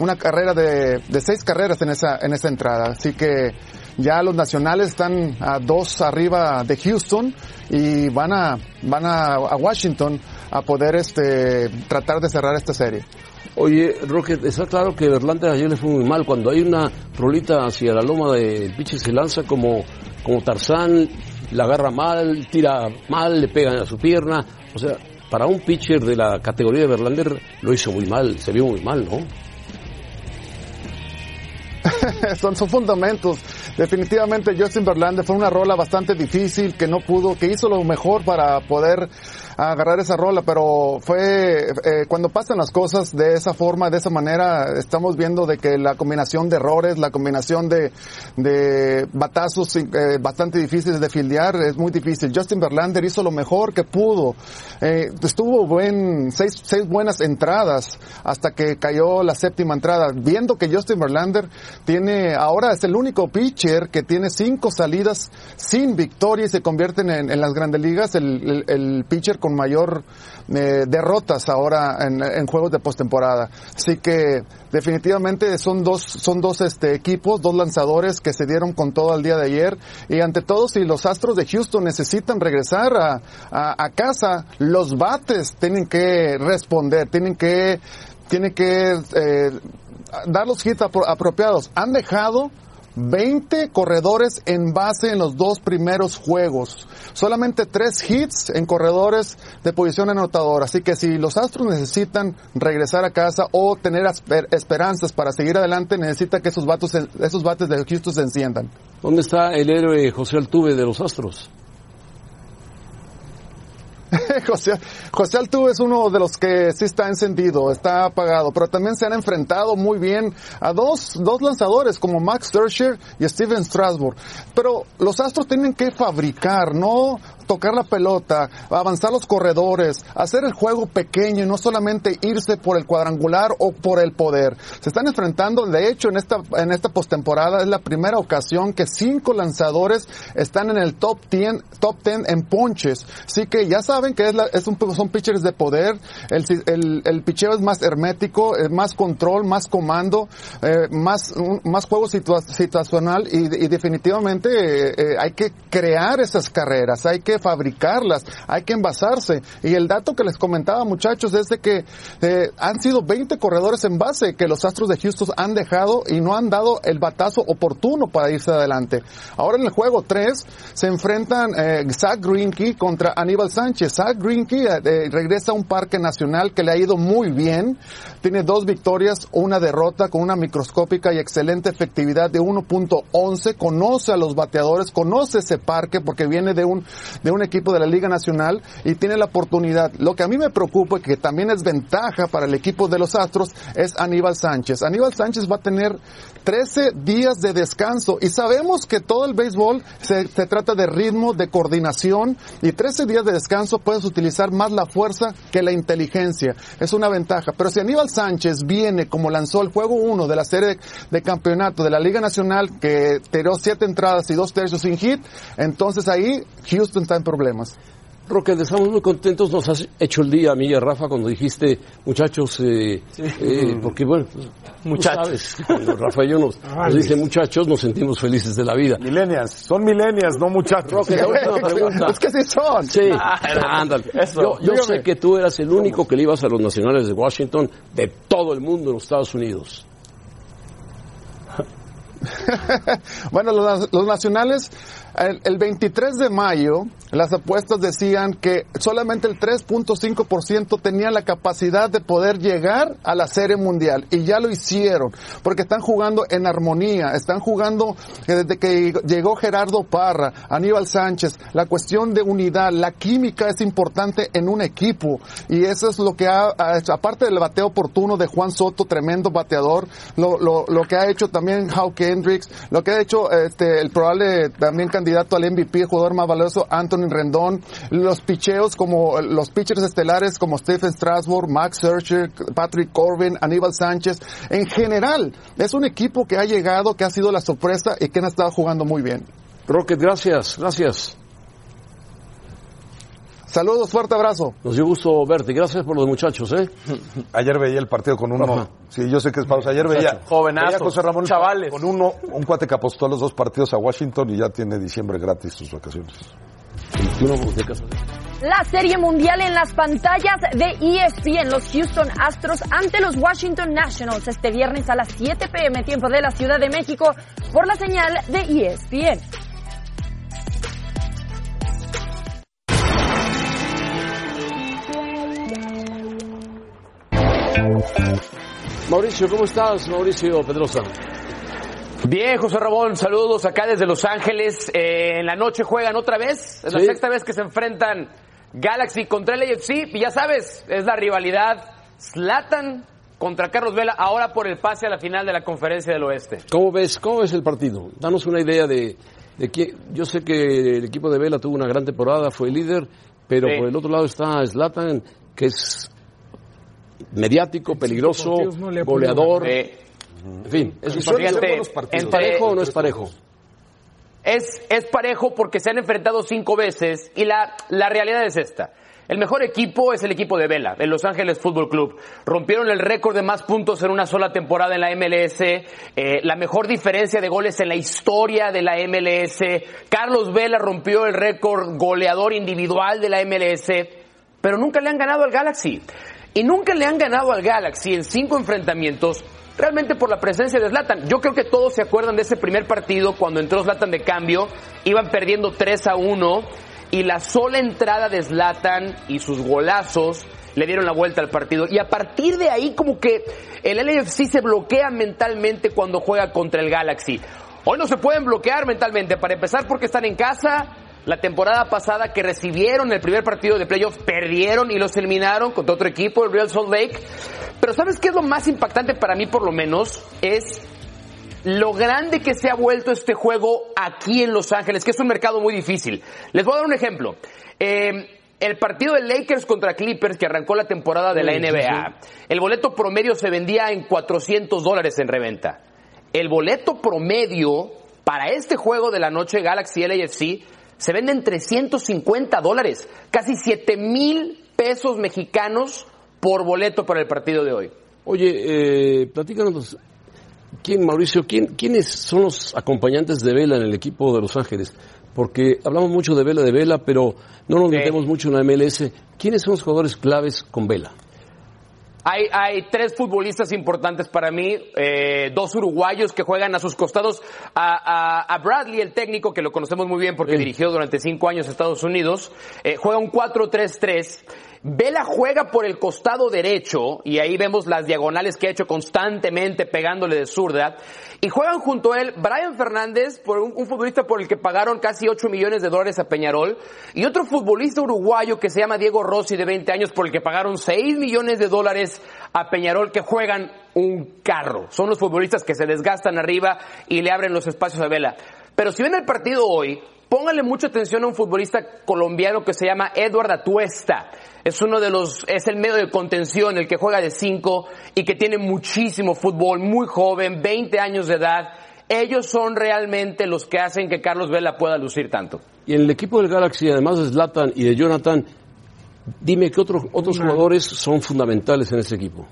Speaker 13: una carrera de, de seis carreras en esa, en esa entrada. Así que ya los nacionales están a dos arriba de Houston y van a, van a, a Washington a poder este, tratar de cerrar esta serie.
Speaker 2: Oye, Rocket, está claro que Verlander ayer le fue muy mal. Cuando hay una rolita hacia la loma del pitcher se lanza como, como Tarzán, la agarra mal, tira mal, le pega a su pierna. O sea, para un pitcher de la categoría de Verlander lo hizo muy mal, se vio muy mal, ¿no?
Speaker 13: son sus fundamentos. Definitivamente Justin Verlander fue una rola bastante difícil que no pudo, que hizo lo mejor para poder agarrar esa rola, pero fue eh, cuando pasan las cosas de esa forma, de esa manera, estamos viendo de que la combinación de errores, la combinación de, de batazos eh, bastante difíciles de fildear es muy difícil. Justin Verlander hizo lo mejor que pudo. Eh, estuvo buen, seis, seis buenas entradas hasta que cayó la séptima entrada. Viendo que Justin Verlander tiene, ahora es el único pitcher que tiene cinco salidas sin victoria y se convierte en, en las grandes ligas el, el- el pitcher con mayor eh, derrotas ahora en, en juegos de postemporada. Así que definitivamente son dos, son dos este, equipos, dos lanzadores que se dieron con todo el día de ayer. Y ante todo, si los Astros de Houston necesitan regresar a, a- a casa, los bates tienen que responder, tienen que, tienen que eh, dar los hits apro- apropiados. Han dejado 20 corredores en base en los dos primeros juegos. Solamente tres hits en corredores de posición anotadora. Así que si los Astros necesitan regresar a casa o tener asper- esperanzas para seguir adelante, necesita que esos, batos, se- esos bates de Houston se enciendan.
Speaker 2: ¿Dónde está el héroe José Altuve de los Astros?
Speaker 13: José, José Altuve es uno de los que sí está encendido, está apagado, pero también se han enfrentado muy bien a dos, dos lanzadores como Max Scherzer y Steven Strasburg. Pero los Astros tienen que fabricar, no tocar la pelota, avanzar los corredores, hacer el juego pequeño y no solamente irse por el cuadrangular o por el poder. Se están enfrentando, de hecho, en esta, en esta postemporada es la primera ocasión que cinco lanzadores están en el top 10, top 10 en ponches. Así que ya saben que es la- es un- son pitchers de poder, el, si- el, el picheo es más hermético, eh, más control, más comando, eh, más, un- más juego situa- situacional y, y definitivamente eh, eh, hay que crear esas carreras, hay que fabricarlas, hay que envasarse. Y el dato que les comentaba muchachos es de que eh, han sido 20 corredores en base que los Astros de Houston han dejado y no han dado el batazo oportuno para irse adelante. Ahora en el juego 3 se enfrentan eh, Zach Greinke contra Aníbal Sánchez. Zach Greinke eh, eh, regresa a un parque nacional que le ha ido muy bien. Tiene dos victorias, una derrota con una microscópica y excelente efectividad de 1.11. Conoce a los bateadores, conoce ese parque porque viene de un, de un equipo de la Liga Nacional y tiene la oportunidad. Lo que a mí me preocupa, y que también es ventaja para el equipo de los Astros, es Aníbal Sánchez. Aníbal Sánchez va a tener 13 días de descanso y sabemos que todo el béisbol se, se trata de ritmo, de coordinación y 13 días de descanso puedes utilizar más la fuerza que la inteligencia. Es una ventaja. Pero si Aníbal Sánchez viene como lanzó el juego 1 de la serie de, de campeonato de la Liga Nacional que tiró 7 entradas y 2 tercios sin hit, entonces ahí Houston está en problemas.
Speaker 2: Roque, estamos muy contentos, nos has hecho el día a mí y a Rafa cuando dijiste, muchachos, eh, eh, porque bueno, pues, tú
Speaker 13: Muchachos. Ah,
Speaker 2: sabes, cuando Rafa y yo nos, nos dice muchachos, nos sentimos felices de la vida.
Speaker 3: Milenias, son milenias, no muchachos.
Speaker 2: Roque, la última pregunta.
Speaker 13: Es que sí son. Ah,
Speaker 2: Sí, Ah, ándale. Yo, yo sé que tú eras el único que le ibas a los nacionales de Washington de todo el mundo en los Estados Unidos.
Speaker 13: bueno, los, los nacionales, el, el 23 de mayo, las apuestas decían que solamente el 3.5% tenía la capacidad de poder llegar a la Serie Mundial. Y ya lo hicieron, porque están jugando en armonía, están jugando eh, desde que llegó Gerardo Parra, Aníbal Sánchez, la cuestión de unidad, la química es importante en un equipo. Y eso es lo que ha, ha hecho, aparte del bateo oportuno de Juan Soto, tremendo bateador, lo, lo, lo que ha hecho también Hawkins, Hendricks, lo que ha hecho este, el probable también candidato al MVP, el jugador más valioso, Anthony Rendón, los picheos como los pitchers estelares como Stephen Strasburg, Max Scherzer, Patrick Corbin, Aníbal Sánchez. En general, es un equipo que ha llegado, que ha sido la sorpresa y que han estado jugando muy bien.
Speaker 2: Rocket, gracias, gracias.
Speaker 13: Saludos, fuerte abrazo.
Speaker 2: Nos dio gusto verte. Gracias por los muchachos, ¿eh?
Speaker 3: Ayer veía el partido con uno.
Speaker 2: Ajá.
Speaker 3: Sí, yo sé que es pausa. Ayer veía.
Speaker 2: Muchacho. Jovenazos,
Speaker 3: veía a José Ramón
Speaker 10: chavales.
Speaker 3: Con uno, un cuate que apostó a los dos partidos a Washington y ya tiene diciembre gratis sus vacaciones.
Speaker 11: La serie mundial en las pantallas de E ESPN, los Houston Astros ante los Washington Nationals este viernes a las 7 pm tiempo de la Ciudad de México por la señal de E ESPN.
Speaker 2: Mauricio, ¿cómo estás, Mauricio Pedrosa?
Speaker 14: Bien, José Ramón, saludos acá desde Los Ángeles. Eh, en la noche juegan otra vez, es la
Speaker 2: Sí.
Speaker 14: sexta vez que se enfrentan Galaxy contra el AFC. Y ya sabes, es la rivalidad Slatan contra Carlos Vela, ahora por el pase a la final de la Conferencia del Oeste.
Speaker 2: ¿Cómo ves, cómo ves el partido? Danos una idea de, de quién. Yo sé que el equipo de Vela tuvo una gran temporada, fue líder, pero
Speaker 14: Sí.
Speaker 2: por el otro lado está Zlatan, que es mediático, peligroso,
Speaker 14: no le apoyó.
Speaker 2: goleador.
Speaker 14: Sí.
Speaker 2: En fin, es un
Speaker 14: Fíjate,
Speaker 2: partido. ¿Es
Speaker 14: entre-
Speaker 2: parejo o no es parejo?
Speaker 14: Es, es parejo porque se han enfrentado cinco veces y la, la realidad es esta. El mejor equipo es el equipo de Vela, el Los Ángeles Fútbol Club. Rompieron el récord de más puntos en una sola temporada en la MLS, eh, la mejor diferencia de goles en la historia de la MLS. Carlos Vela rompió el récord goleador individual de la MLS pero nunca le han ganado al Galaxy. Y nunca le han ganado al Galaxy en cinco enfrentamientos, realmente por la presencia de Zlatan. Yo creo que todos se acuerdan de ese primer partido cuando entró Zlatan de cambio, iban perdiendo 3 a 1 y la sola entrada de Zlatan y sus golazos le dieron la vuelta al partido. Y a partir de ahí como que el LFC se bloquea mentalmente cuando juega contra el Galaxy. Hoy no se pueden bloquear mentalmente, para empezar porque están en casa, la temporada pasada que recibieron el primer partido de playoff, perdieron y los eliminaron contra otro equipo, el Real Salt Lake. Pero ¿sabes qué es lo más impactante para mí por lo menos? Es lo grande que se ha vuelto este juego aquí en Los Ángeles, que es un mercado muy difícil. Les voy a dar un ejemplo. Eh, el partido de Lakers contra Clippers que arrancó la temporada de la
Speaker 10: Sí, sí,
Speaker 14: NBA, el boleto promedio se vendía en 400 dólares en reventa. El boleto promedio para este juego de la noche Galaxy LAFC se vende en 350 dólares, casi 7 mil pesos mexicanos por boleto para el partido de hoy.
Speaker 2: Oye, eh, platícanos, ¿quién, Mauricio, quién, quiénes son los acompañantes de Vela en el equipo de Los Ángeles? Porque hablamos mucho de Vela, de Vela, pero no nos metemos mucho en la MLS. ¿Quiénes son los jugadores claves con Vela?
Speaker 14: Hay, hay tres futbolistas importantes para mí, eh, dos uruguayos que juegan a sus costados, a, a- a Bradley, el técnico, que lo conocemos muy bien porque dirigió durante cinco años a Estados Unidos, eh, juega un 4-3-3. Vela juega por el costado derecho, y ahí vemos las diagonales que ha hecho constantemente pegándole de zurda, y juegan junto a él Brian Fernández, por un, un futbolista por el que pagaron casi 8 millones de dólares a Peñarol, y otro futbolista uruguayo que se llama Diego Rossi, de 20 años, por el que pagaron 6 millones de dólares a Peñarol, que juegan un carro. Son los futbolistas que se desgastan arriba y le abren los espacios a Vela. Pero si ven el partido hoy, pónganle mucha atención a un futbolista colombiano que se llama Edward Atuesta. Es uno de los, es el medio de contención, el que juega de 5 y que tiene muchísimo fútbol, muy joven, 20 años de edad. Ellos son realmente los que hacen que Carlos Vela pueda lucir tanto.
Speaker 2: Y en el equipo del Galaxy, además de Zlatan y de Jonathan, dime qué otros, otros jugadores son fundamentales en ese equipo.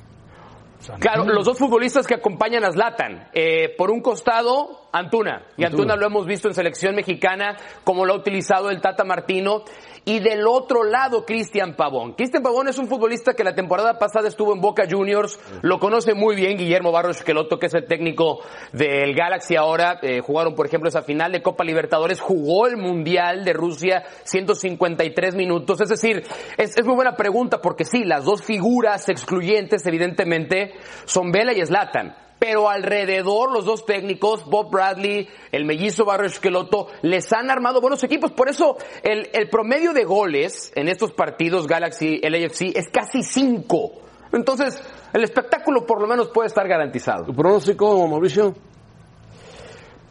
Speaker 14: Claro, los dos futbolistas que acompañan a Zlatan. Eh, por un costado, Antuna. Y Antuna lo hemos visto en selección mexicana, como lo ha utilizado el Tata Martino. Y del otro lado, Cristian Pavón. Cristian Pavón es un futbolista que la temporada pasada estuvo en Boca Juniors. Lo conoce muy bien Guillermo Barros Queloto, que es el técnico del Galaxy ahora. Eh, jugaron, por ejemplo, esa final de Copa Libertadores. Jugó el Mundial de Rusia 153 minutos. Es decir, es, es muy buena pregunta porque sí, las dos figuras excluyentes, evidentemente, son Vela y Zlatan. Pero alrededor, los dos técnicos, Bob Bradley, el mellizo Barrio Esqueloto, les han armado buenos equipos. Por eso, el, el promedio de goles en estos partidos Galaxy LAFC es casi cinco. Entonces, el espectáculo por lo menos puede estar garantizado.
Speaker 2: ¿Tu pronóstico, Mauricio?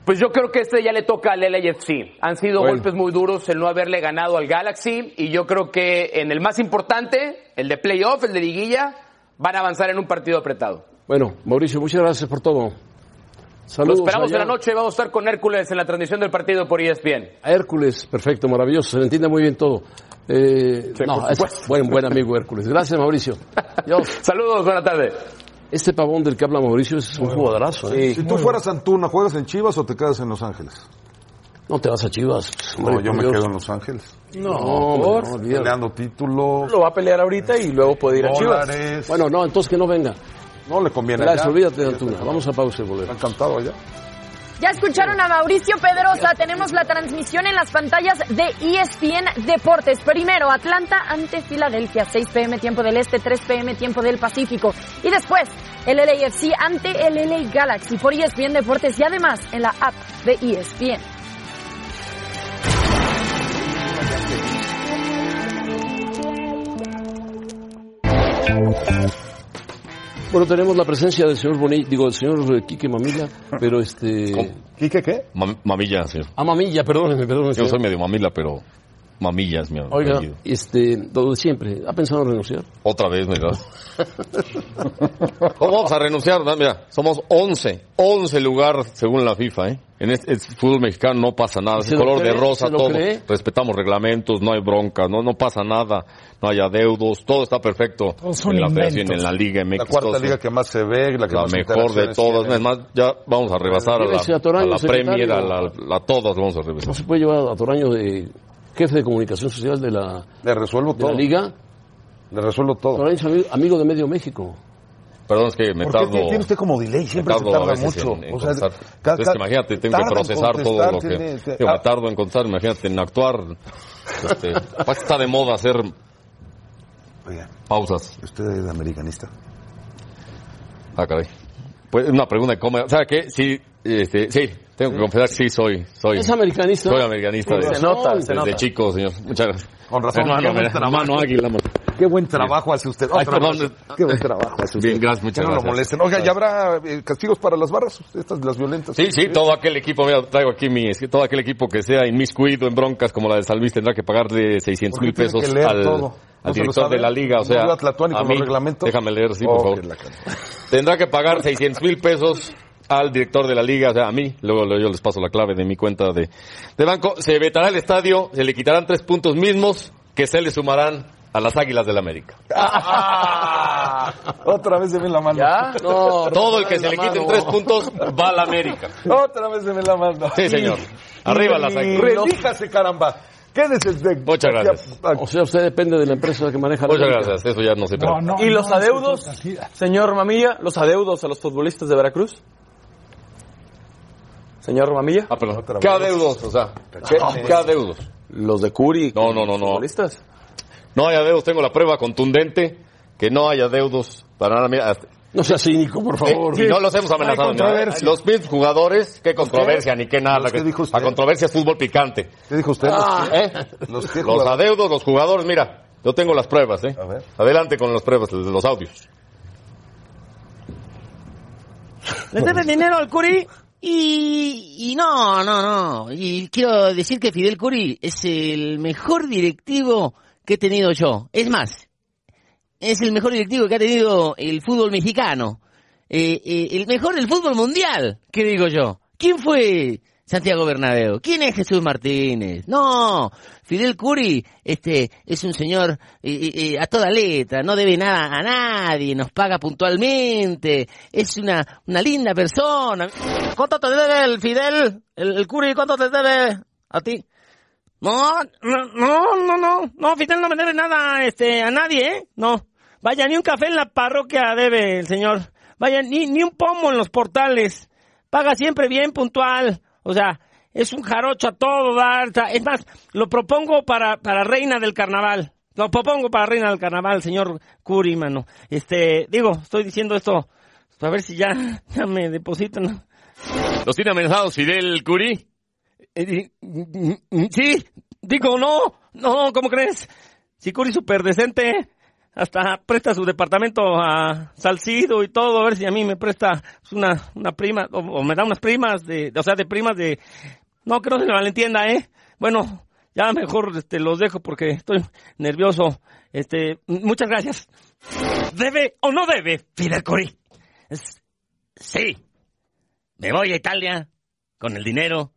Speaker 14: Pues yo creo que este ya le toca al LAFC. Han sido
Speaker 10: Bueno.
Speaker 14: golpes muy duros el no haberle ganado al Galaxy y yo creo que en el más importante, el de playoff, el de liguilla, van a avanzar en un partido apretado.
Speaker 2: Bueno, Mauricio, muchas gracias por todo. Saludos.
Speaker 14: Lo Pues esperamos
Speaker 2: allá.
Speaker 14: en la noche y vamos a estar con Hércules en la transmisión del partido por E ESPN.
Speaker 2: A Hércules, perfecto, maravilloso, se le entiende muy bien todo. Eh, no,
Speaker 14: por
Speaker 2: es buen, buen amigo Hércules. Gracias, Mauricio.
Speaker 14: Saludos, buena tarde.
Speaker 2: Este pavón del que habla Mauricio es un jugadorazo. ¿eh?
Speaker 3: Si tú fueras Antuna, ¿juegas en Chivas o te quedas en Los Ángeles?
Speaker 2: No te vas a Chivas. pues,
Speaker 3: No,
Speaker 2: hombre,
Speaker 3: yo
Speaker 2: por
Speaker 3: me
Speaker 2: Dios.
Speaker 3: quedo en Los Ángeles.
Speaker 2: No,
Speaker 3: por-
Speaker 2: hombre, no, olvídalo.
Speaker 3: peleando títulos.
Speaker 10: Lo va a pelear ahorita y luego puede ir a
Speaker 3: Dólares.
Speaker 10: Chivas.
Speaker 2: Bueno, no, entonces que no venga.
Speaker 3: No le conviene.
Speaker 2: Gracias,
Speaker 3: allá.
Speaker 2: olvídate de Antuna. Vamos a pausa y volvemos.
Speaker 3: Encantado allá.
Speaker 11: Ya escucharon a Mauricio Pedrosa. Tenemos la transmisión en las pantallas de E ESPN Deportes. Primero, Atlanta ante Filadelfia, 6 pm tiempo del Este, 3 pm tiempo del Pacífico. Y después, el LAFC ante el LA Galaxy por E ESPN Deportes y además en la app de E ESPN.
Speaker 2: Bueno, tenemos la presencia del señor Bonilla, digo, del señor eh, Quique Mamilla, pero este...
Speaker 3: ¿Quique qué?
Speaker 15: Mam- mamilla, señor.
Speaker 2: Ah, Mamilla, perdóneme, perdóneme.
Speaker 15: Yo
Speaker 2: señor.
Speaker 15: soy medio mamila, pero mamilla es mi
Speaker 2: Oiga,
Speaker 15: apellido.
Speaker 2: este, lo de siempre, ¿ha pensado renunciar?
Speaker 15: Otra vez, mira. ¿Cómo vamos a renunciar? verdad? Mira, somos 11, 11 lugar según la FIFA, ¿eh? En este, este fútbol mexicano no pasa nada, es
Speaker 2: ¿Se lo
Speaker 15: color de
Speaker 2: cree?
Speaker 15: rosa
Speaker 2: ¿Se lo
Speaker 15: todo.
Speaker 2: cree?
Speaker 15: Respetamos reglamentos, no hay bronca, no no pasa nada, no hay adeudos, todo está perfecto
Speaker 3: son
Speaker 15: en la federación,
Speaker 3: inventos.
Speaker 15: en la Liga MX.
Speaker 3: La cuarta
Speaker 15: todo
Speaker 3: liga
Speaker 15: está-
Speaker 3: que más se ve, la que
Speaker 15: la
Speaker 3: más
Speaker 15: mejor de
Speaker 3: interacciones
Speaker 15: todas.
Speaker 3: tiene.
Speaker 15: Es más, ya vamos a rebasar a la,
Speaker 2: Llévese a Toraño,
Speaker 15: a la
Speaker 2: secretario.
Speaker 15: Premier, a la, a todas vamos a
Speaker 2: ¿No
Speaker 15: rebasar.
Speaker 2: se puede llevar a Toraño de jefe de comunicación social de la,
Speaker 3: Le resuelvo
Speaker 2: de la
Speaker 3: todo.
Speaker 2: liga?
Speaker 3: Le resuelvo todo.
Speaker 2: Toraño es ami- amigo de Medio México.
Speaker 15: Perdón, es que me
Speaker 3: Porque
Speaker 15: tardo.
Speaker 3: tiene usted como delay, siempre
Speaker 15: me
Speaker 3: se
Speaker 15: tardo a
Speaker 3: tarda
Speaker 15: veces
Speaker 3: mucho.
Speaker 15: en- en
Speaker 3: O sea,
Speaker 15: contestar.
Speaker 3: cada-
Speaker 15: es que
Speaker 3: cada-
Speaker 15: imagínate, tengo que
Speaker 3: tarda en
Speaker 15: procesar todo lo que.
Speaker 3: contestar, tiene-
Speaker 15: digo,
Speaker 3: ah.
Speaker 15: me tardo en contar, imagínate, en actuar. Este, pasa que está de moda hacer pausas.
Speaker 3: ¿Usted es americanista?
Speaker 15: Ah, caray. Pues una pregunta de cómo. ¿Sabe qué? Sí, este, sí, tengo que confesar que sí soy. soy
Speaker 2: ¿Es americanista?
Speaker 15: Soy americanista.
Speaker 2: Se
Speaker 15: desde-
Speaker 2: nota,
Speaker 15: desde
Speaker 2: se nota.
Speaker 15: chico, señor. Muchas gracias.
Speaker 3: Con razón, qué
Speaker 15: Hermano,
Speaker 3: buen
Speaker 15: mira,
Speaker 3: trabajo.
Speaker 15: hermano águila. man.
Speaker 3: Qué buen trabajo hace usted.
Speaker 15: Ay,
Speaker 3: Otra
Speaker 15: perdón.
Speaker 3: vez. Qué buen trabajo hace usted.
Speaker 15: Bien, gracias, muchas
Speaker 3: que no
Speaker 15: gracias.
Speaker 3: lo molesten. Oiga, ¿ya habrá eh, castigos para las barras? Estas, las violentas.
Speaker 15: Sí, sí, todo aquel equipo, mira, traigo aquí mi, es que todo aquel equipo que sea inmiscuido en broncas como la de San Luis tendrá que pagarle 600 mil
Speaker 3: Porque tiene
Speaker 15: pesos
Speaker 3: que leer
Speaker 15: al,
Speaker 3: todo. ¿No
Speaker 15: al
Speaker 3: se lo
Speaker 15: director
Speaker 3: sabe?
Speaker 15: de la liga, o
Speaker 3: ¿No
Speaker 15: sea,
Speaker 3: vio Atlatuani
Speaker 15: a
Speaker 3: con los
Speaker 15: mí.
Speaker 3: reglamento?
Speaker 15: déjame leer, sí,
Speaker 3: Oh,
Speaker 15: por
Speaker 3: que
Speaker 15: favor.
Speaker 3: la
Speaker 15: Tendrá que pagar 600 mil pesos al director de la liga, o sea, a mí, luego luego yo les paso la clave de mi cuenta de, de banco, se vetará el estadio, se le quitarán tres puntos mismos que se le sumarán a las Águilas del América.
Speaker 3: Otra vez deme la mano.
Speaker 2: No,
Speaker 15: Todo el que se le quiten tres puntos va a la América.
Speaker 3: Otra vez deme la mano.
Speaker 15: Sí, señor. Arriba las Águilas.
Speaker 3: Relíjase, caramba. Quédese de...
Speaker 15: Muchas gracias.
Speaker 2: O sea, usted depende de la empresa que maneja la
Speaker 15: Muchas
Speaker 2: liga.
Speaker 15: gracias, eh. eso ya no se trata.
Speaker 10: ¿Y los adeudos, señor Mamilla, los adeudos a los futbolistas de Veracruz? Señor Mamilla.
Speaker 15: Ah, perdón. ¿Qué adeudos? O sea, ¿qué,
Speaker 3: Ah, pues.
Speaker 15: qué adeudos?
Speaker 10: Los de Curi.
Speaker 15: No, no, no, no.
Speaker 10: futbolistas.
Speaker 15: No hay adeudos, tengo la prueba contundente que no hay adeudos para nada. Mira, hasta-
Speaker 2: No sea cínico, por favor.
Speaker 15: Eh, y no los hemos amenazado.
Speaker 3: Hay
Speaker 15: mira.
Speaker 3: controversia.
Speaker 15: Los mismos jugadores, qué controversia, ni qué nada.
Speaker 3: ¿Qué dijo usted?
Speaker 15: La controversia es fútbol picante.
Speaker 3: ¿Qué dijo usted?
Speaker 15: Ah, ¿eh?
Speaker 3: Los que
Speaker 15: Los
Speaker 3: jugaron-
Speaker 15: adeudos, los jugadores, mira, yo tengo las pruebas, ¿eh?
Speaker 3: A ver.
Speaker 15: Adelante con las pruebas, los audios.
Speaker 16: Le debe dinero al Curi. Y, y no, no, no. Y quiero decir que Fidel Curi es el mejor directivo que he tenido yo. Es más, es el mejor directivo que ha tenido el fútbol mexicano. Eh, eh, el mejor del fútbol mundial, ¿qué digo yo? ¿Quién fue Santiago Bernabéu? ¿Quién es Jesús Martínez? No, Fidel Curi este, es un señor eh, eh, eh, a toda letra, no debe nada a nadie, nos paga puntualmente, es una, una linda persona. ¿Cuánto te debe el Fidel? ¿El, el Curi cuánto te debe a ti? No, no, no, no, no, no, Fidel no me debe nada, este, a nadie, ¿eh? No. Vaya, ni un café en la parroquia debe el señor. Vaya, ni, ni un pomo en los portales. Paga siempre bien puntual. O sea, es un jarocho a todo dar. O sea, Es más, lo propongo para, para reina del carnaval. Lo propongo para reina del carnaval, señor Curi, mano. Este, digo, estoy diciendo esto. pues, A ver si ya, ya me depositan.
Speaker 15: ¿Los tiene amenazados Fidel Curi?
Speaker 16: Eh, mm, mm, Sí, digo, no, no, ¿cómo crees? Si Curi es súper decente,
Speaker 17: hasta presta su departamento a Salcido y todo, a ver si a mí me presta una, una prima, o, o me da unas primas, de, de- o sea, de primas de... No, que no se me malentienda, ¿eh? Bueno, ya mejor este, los dejo porque estoy nervioso. Este, m- muchas gracias. ¿Debe o no debe, Fidel Curi?
Speaker 18: Sí. Me voy a Italia con el dinero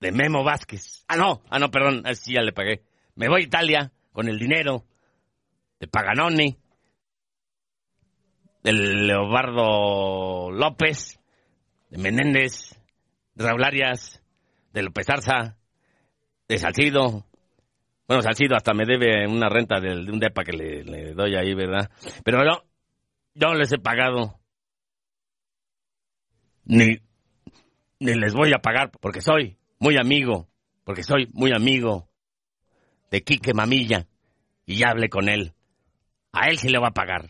Speaker 18: de Memo Vázquez. Ah, no, ah, no, perdón, ah, sí, ya le pagué. Me voy a Italia con el dinero de Paganoni, de Leobardo López, de Menéndez, de Raúl Arias, de López Arza, de Salcido. Bueno, Salcido hasta me debe una renta del- de, un depa que le, le doy ahí, ¿verdad? Pero no, yo les he pagado ni, ni les voy a pagar porque soy muy amigo, porque soy muy amigo de Quique Mamilla y ya hablé con él. A él sí le va a pagar.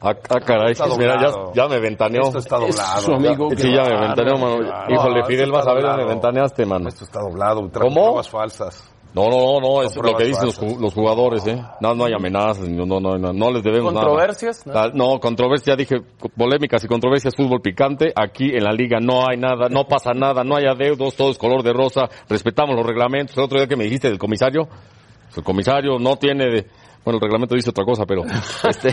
Speaker 15: Ah, ah, caray,
Speaker 18: Está
Speaker 15: mira, ya,
Speaker 18: doblado.
Speaker 15: ya me ventaneó.
Speaker 18: Esto está
Speaker 15: Es
Speaker 18: doblado.
Speaker 15: su amigo.
Speaker 18: Qué
Speaker 15: Sí, ya me
Speaker 18: bárbaro,
Speaker 15: ventaneó, mano.
Speaker 18: claro.
Speaker 15: Híjole,
Speaker 18: No,
Speaker 15: Fidel,
Speaker 18: esto
Speaker 15: vas
Speaker 18: está
Speaker 15: a ver dónde
Speaker 18: doblado.
Speaker 15: ventaneaste, mano.
Speaker 3: Esto está doblado.
Speaker 15: ¿Cómo?
Speaker 3: Pruebas falsas.
Speaker 15: No, no, no, no, es lo
Speaker 3: pruebas
Speaker 15: que dicen los,
Speaker 3: falsas.
Speaker 15: ju- los jugadores, ¿eh? No, no hay amenazas, no, no, no, no, no les debemos nada.
Speaker 10: ¿Controversias?
Speaker 15: No, no controversia, dije, co- polémicas y controversias, fútbol picante. Aquí en la liga no hay nada, no pasa nada, no hay adeudos, todo es color de rosa, respetamos los reglamentos. El otro día que me dijiste del comisario, pues el comisario no tiene, bueno, el reglamento dice otra cosa, pero este,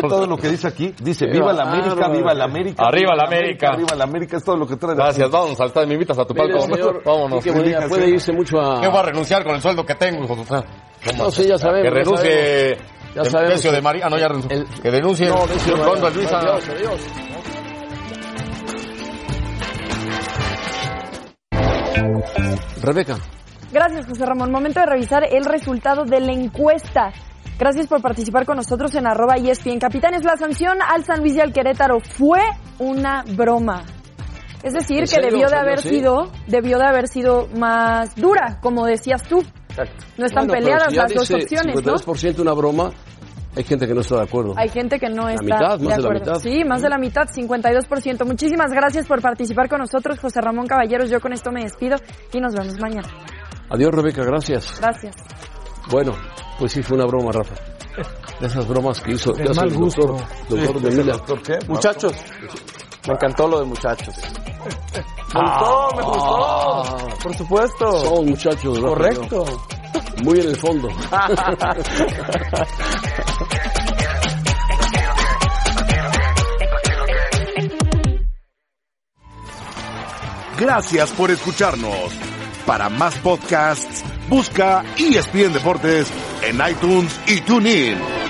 Speaker 3: Todo lo que dice aquí, dice, viva la América, viva la América.
Speaker 15: Arriba
Speaker 3: viva
Speaker 15: la América.
Speaker 3: Arriba la América, es todo lo que trae.
Speaker 15: Gracias, vamos, saltar, me invitas a tu
Speaker 3: Mire,
Speaker 15: palco.
Speaker 3: señor,
Speaker 15: Vámonos.
Speaker 3: Quique Bonilla puede irse
Speaker 2: mucho a-
Speaker 15: ¿Qué va a renunciar con el sueldo que tengo, hijo de puta?
Speaker 2: No, sí, ya sabemos.
Speaker 15: Que
Speaker 2: ya
Speaker 15: renuncie
Speaker 2: sabemos.
Speaker 15: el precio de María. Ah, no, ya renunció. Que denuncie.
Speaker 2: No, Decio
Speaker 15: Yo
Speaker 2: de
Speaker 15: pronto,
Speaker 2: María.
Speaker 15: Luisa.
Speaker 2: Adiós, adiós. Rebeca.
Speaker 11: Gracias, José Ramón. Momento de revisar el resultado de la encuesta. Gracias por participar con nosotros en arroba E ESPN. Capitanes, la sanción al San Luis y al Querétaro fue una broma. Es decir,
Speaker 19: ¿En
Speaker 11: que
Speaker 19: serio?
Speaker 11: debió de
Speaker 19: ¿Salió
Speaker 11: haber
Speaker 19: así?
Speaker 11: sido, debió de haber sido más dura, como decías tú. No están
Speaker 2: Bueno, pero
Speaker 11: peleadas
Speaker 2: si ya
Speaker 11: las dos
Speaker 2: dice
Speaker 11: opciones, ¿no?
Speaker 2: 52% una broma, hay gente que no está de acuerdo.
Speaker 11: Hay gente que no
Speaker 2: La
Speaker 11: está
Speaker 2: mitad, más
Speaker 11: de
Speaker 2: de la
Speaker 11: acuerdo.
Speaker 2: mitad.
Speaker 11: Sí, más de la mitad, 52%. Muchísimas gracias por participar con nosotros, José Ramón Caballeros. Yo con esto me despido y nos vemos mañana.
Speaker 2: Adiós, Rebeca, gracias.
Speaker 11: Gracias.
Speaker 2: Bueno, pues sí fue una broma, Rafa. De esas bromas que hizo que hace el doctor, doctor de Mila.
Speaker 10: Muchachos, me encantó lo de muchachos. Me
Speaker 2: Ah.
Speaker 10: gustó, me gustó. Por supuesto.
Speaker 2: Son muchachos, Rafa.
Speaker 10: Correcto.
Speaker 2: Muy en el fondo.
Speaker 1: Gracias por escucharnos. Para más podcasts, busca ESPN Deportes en iTunes y TuneIn.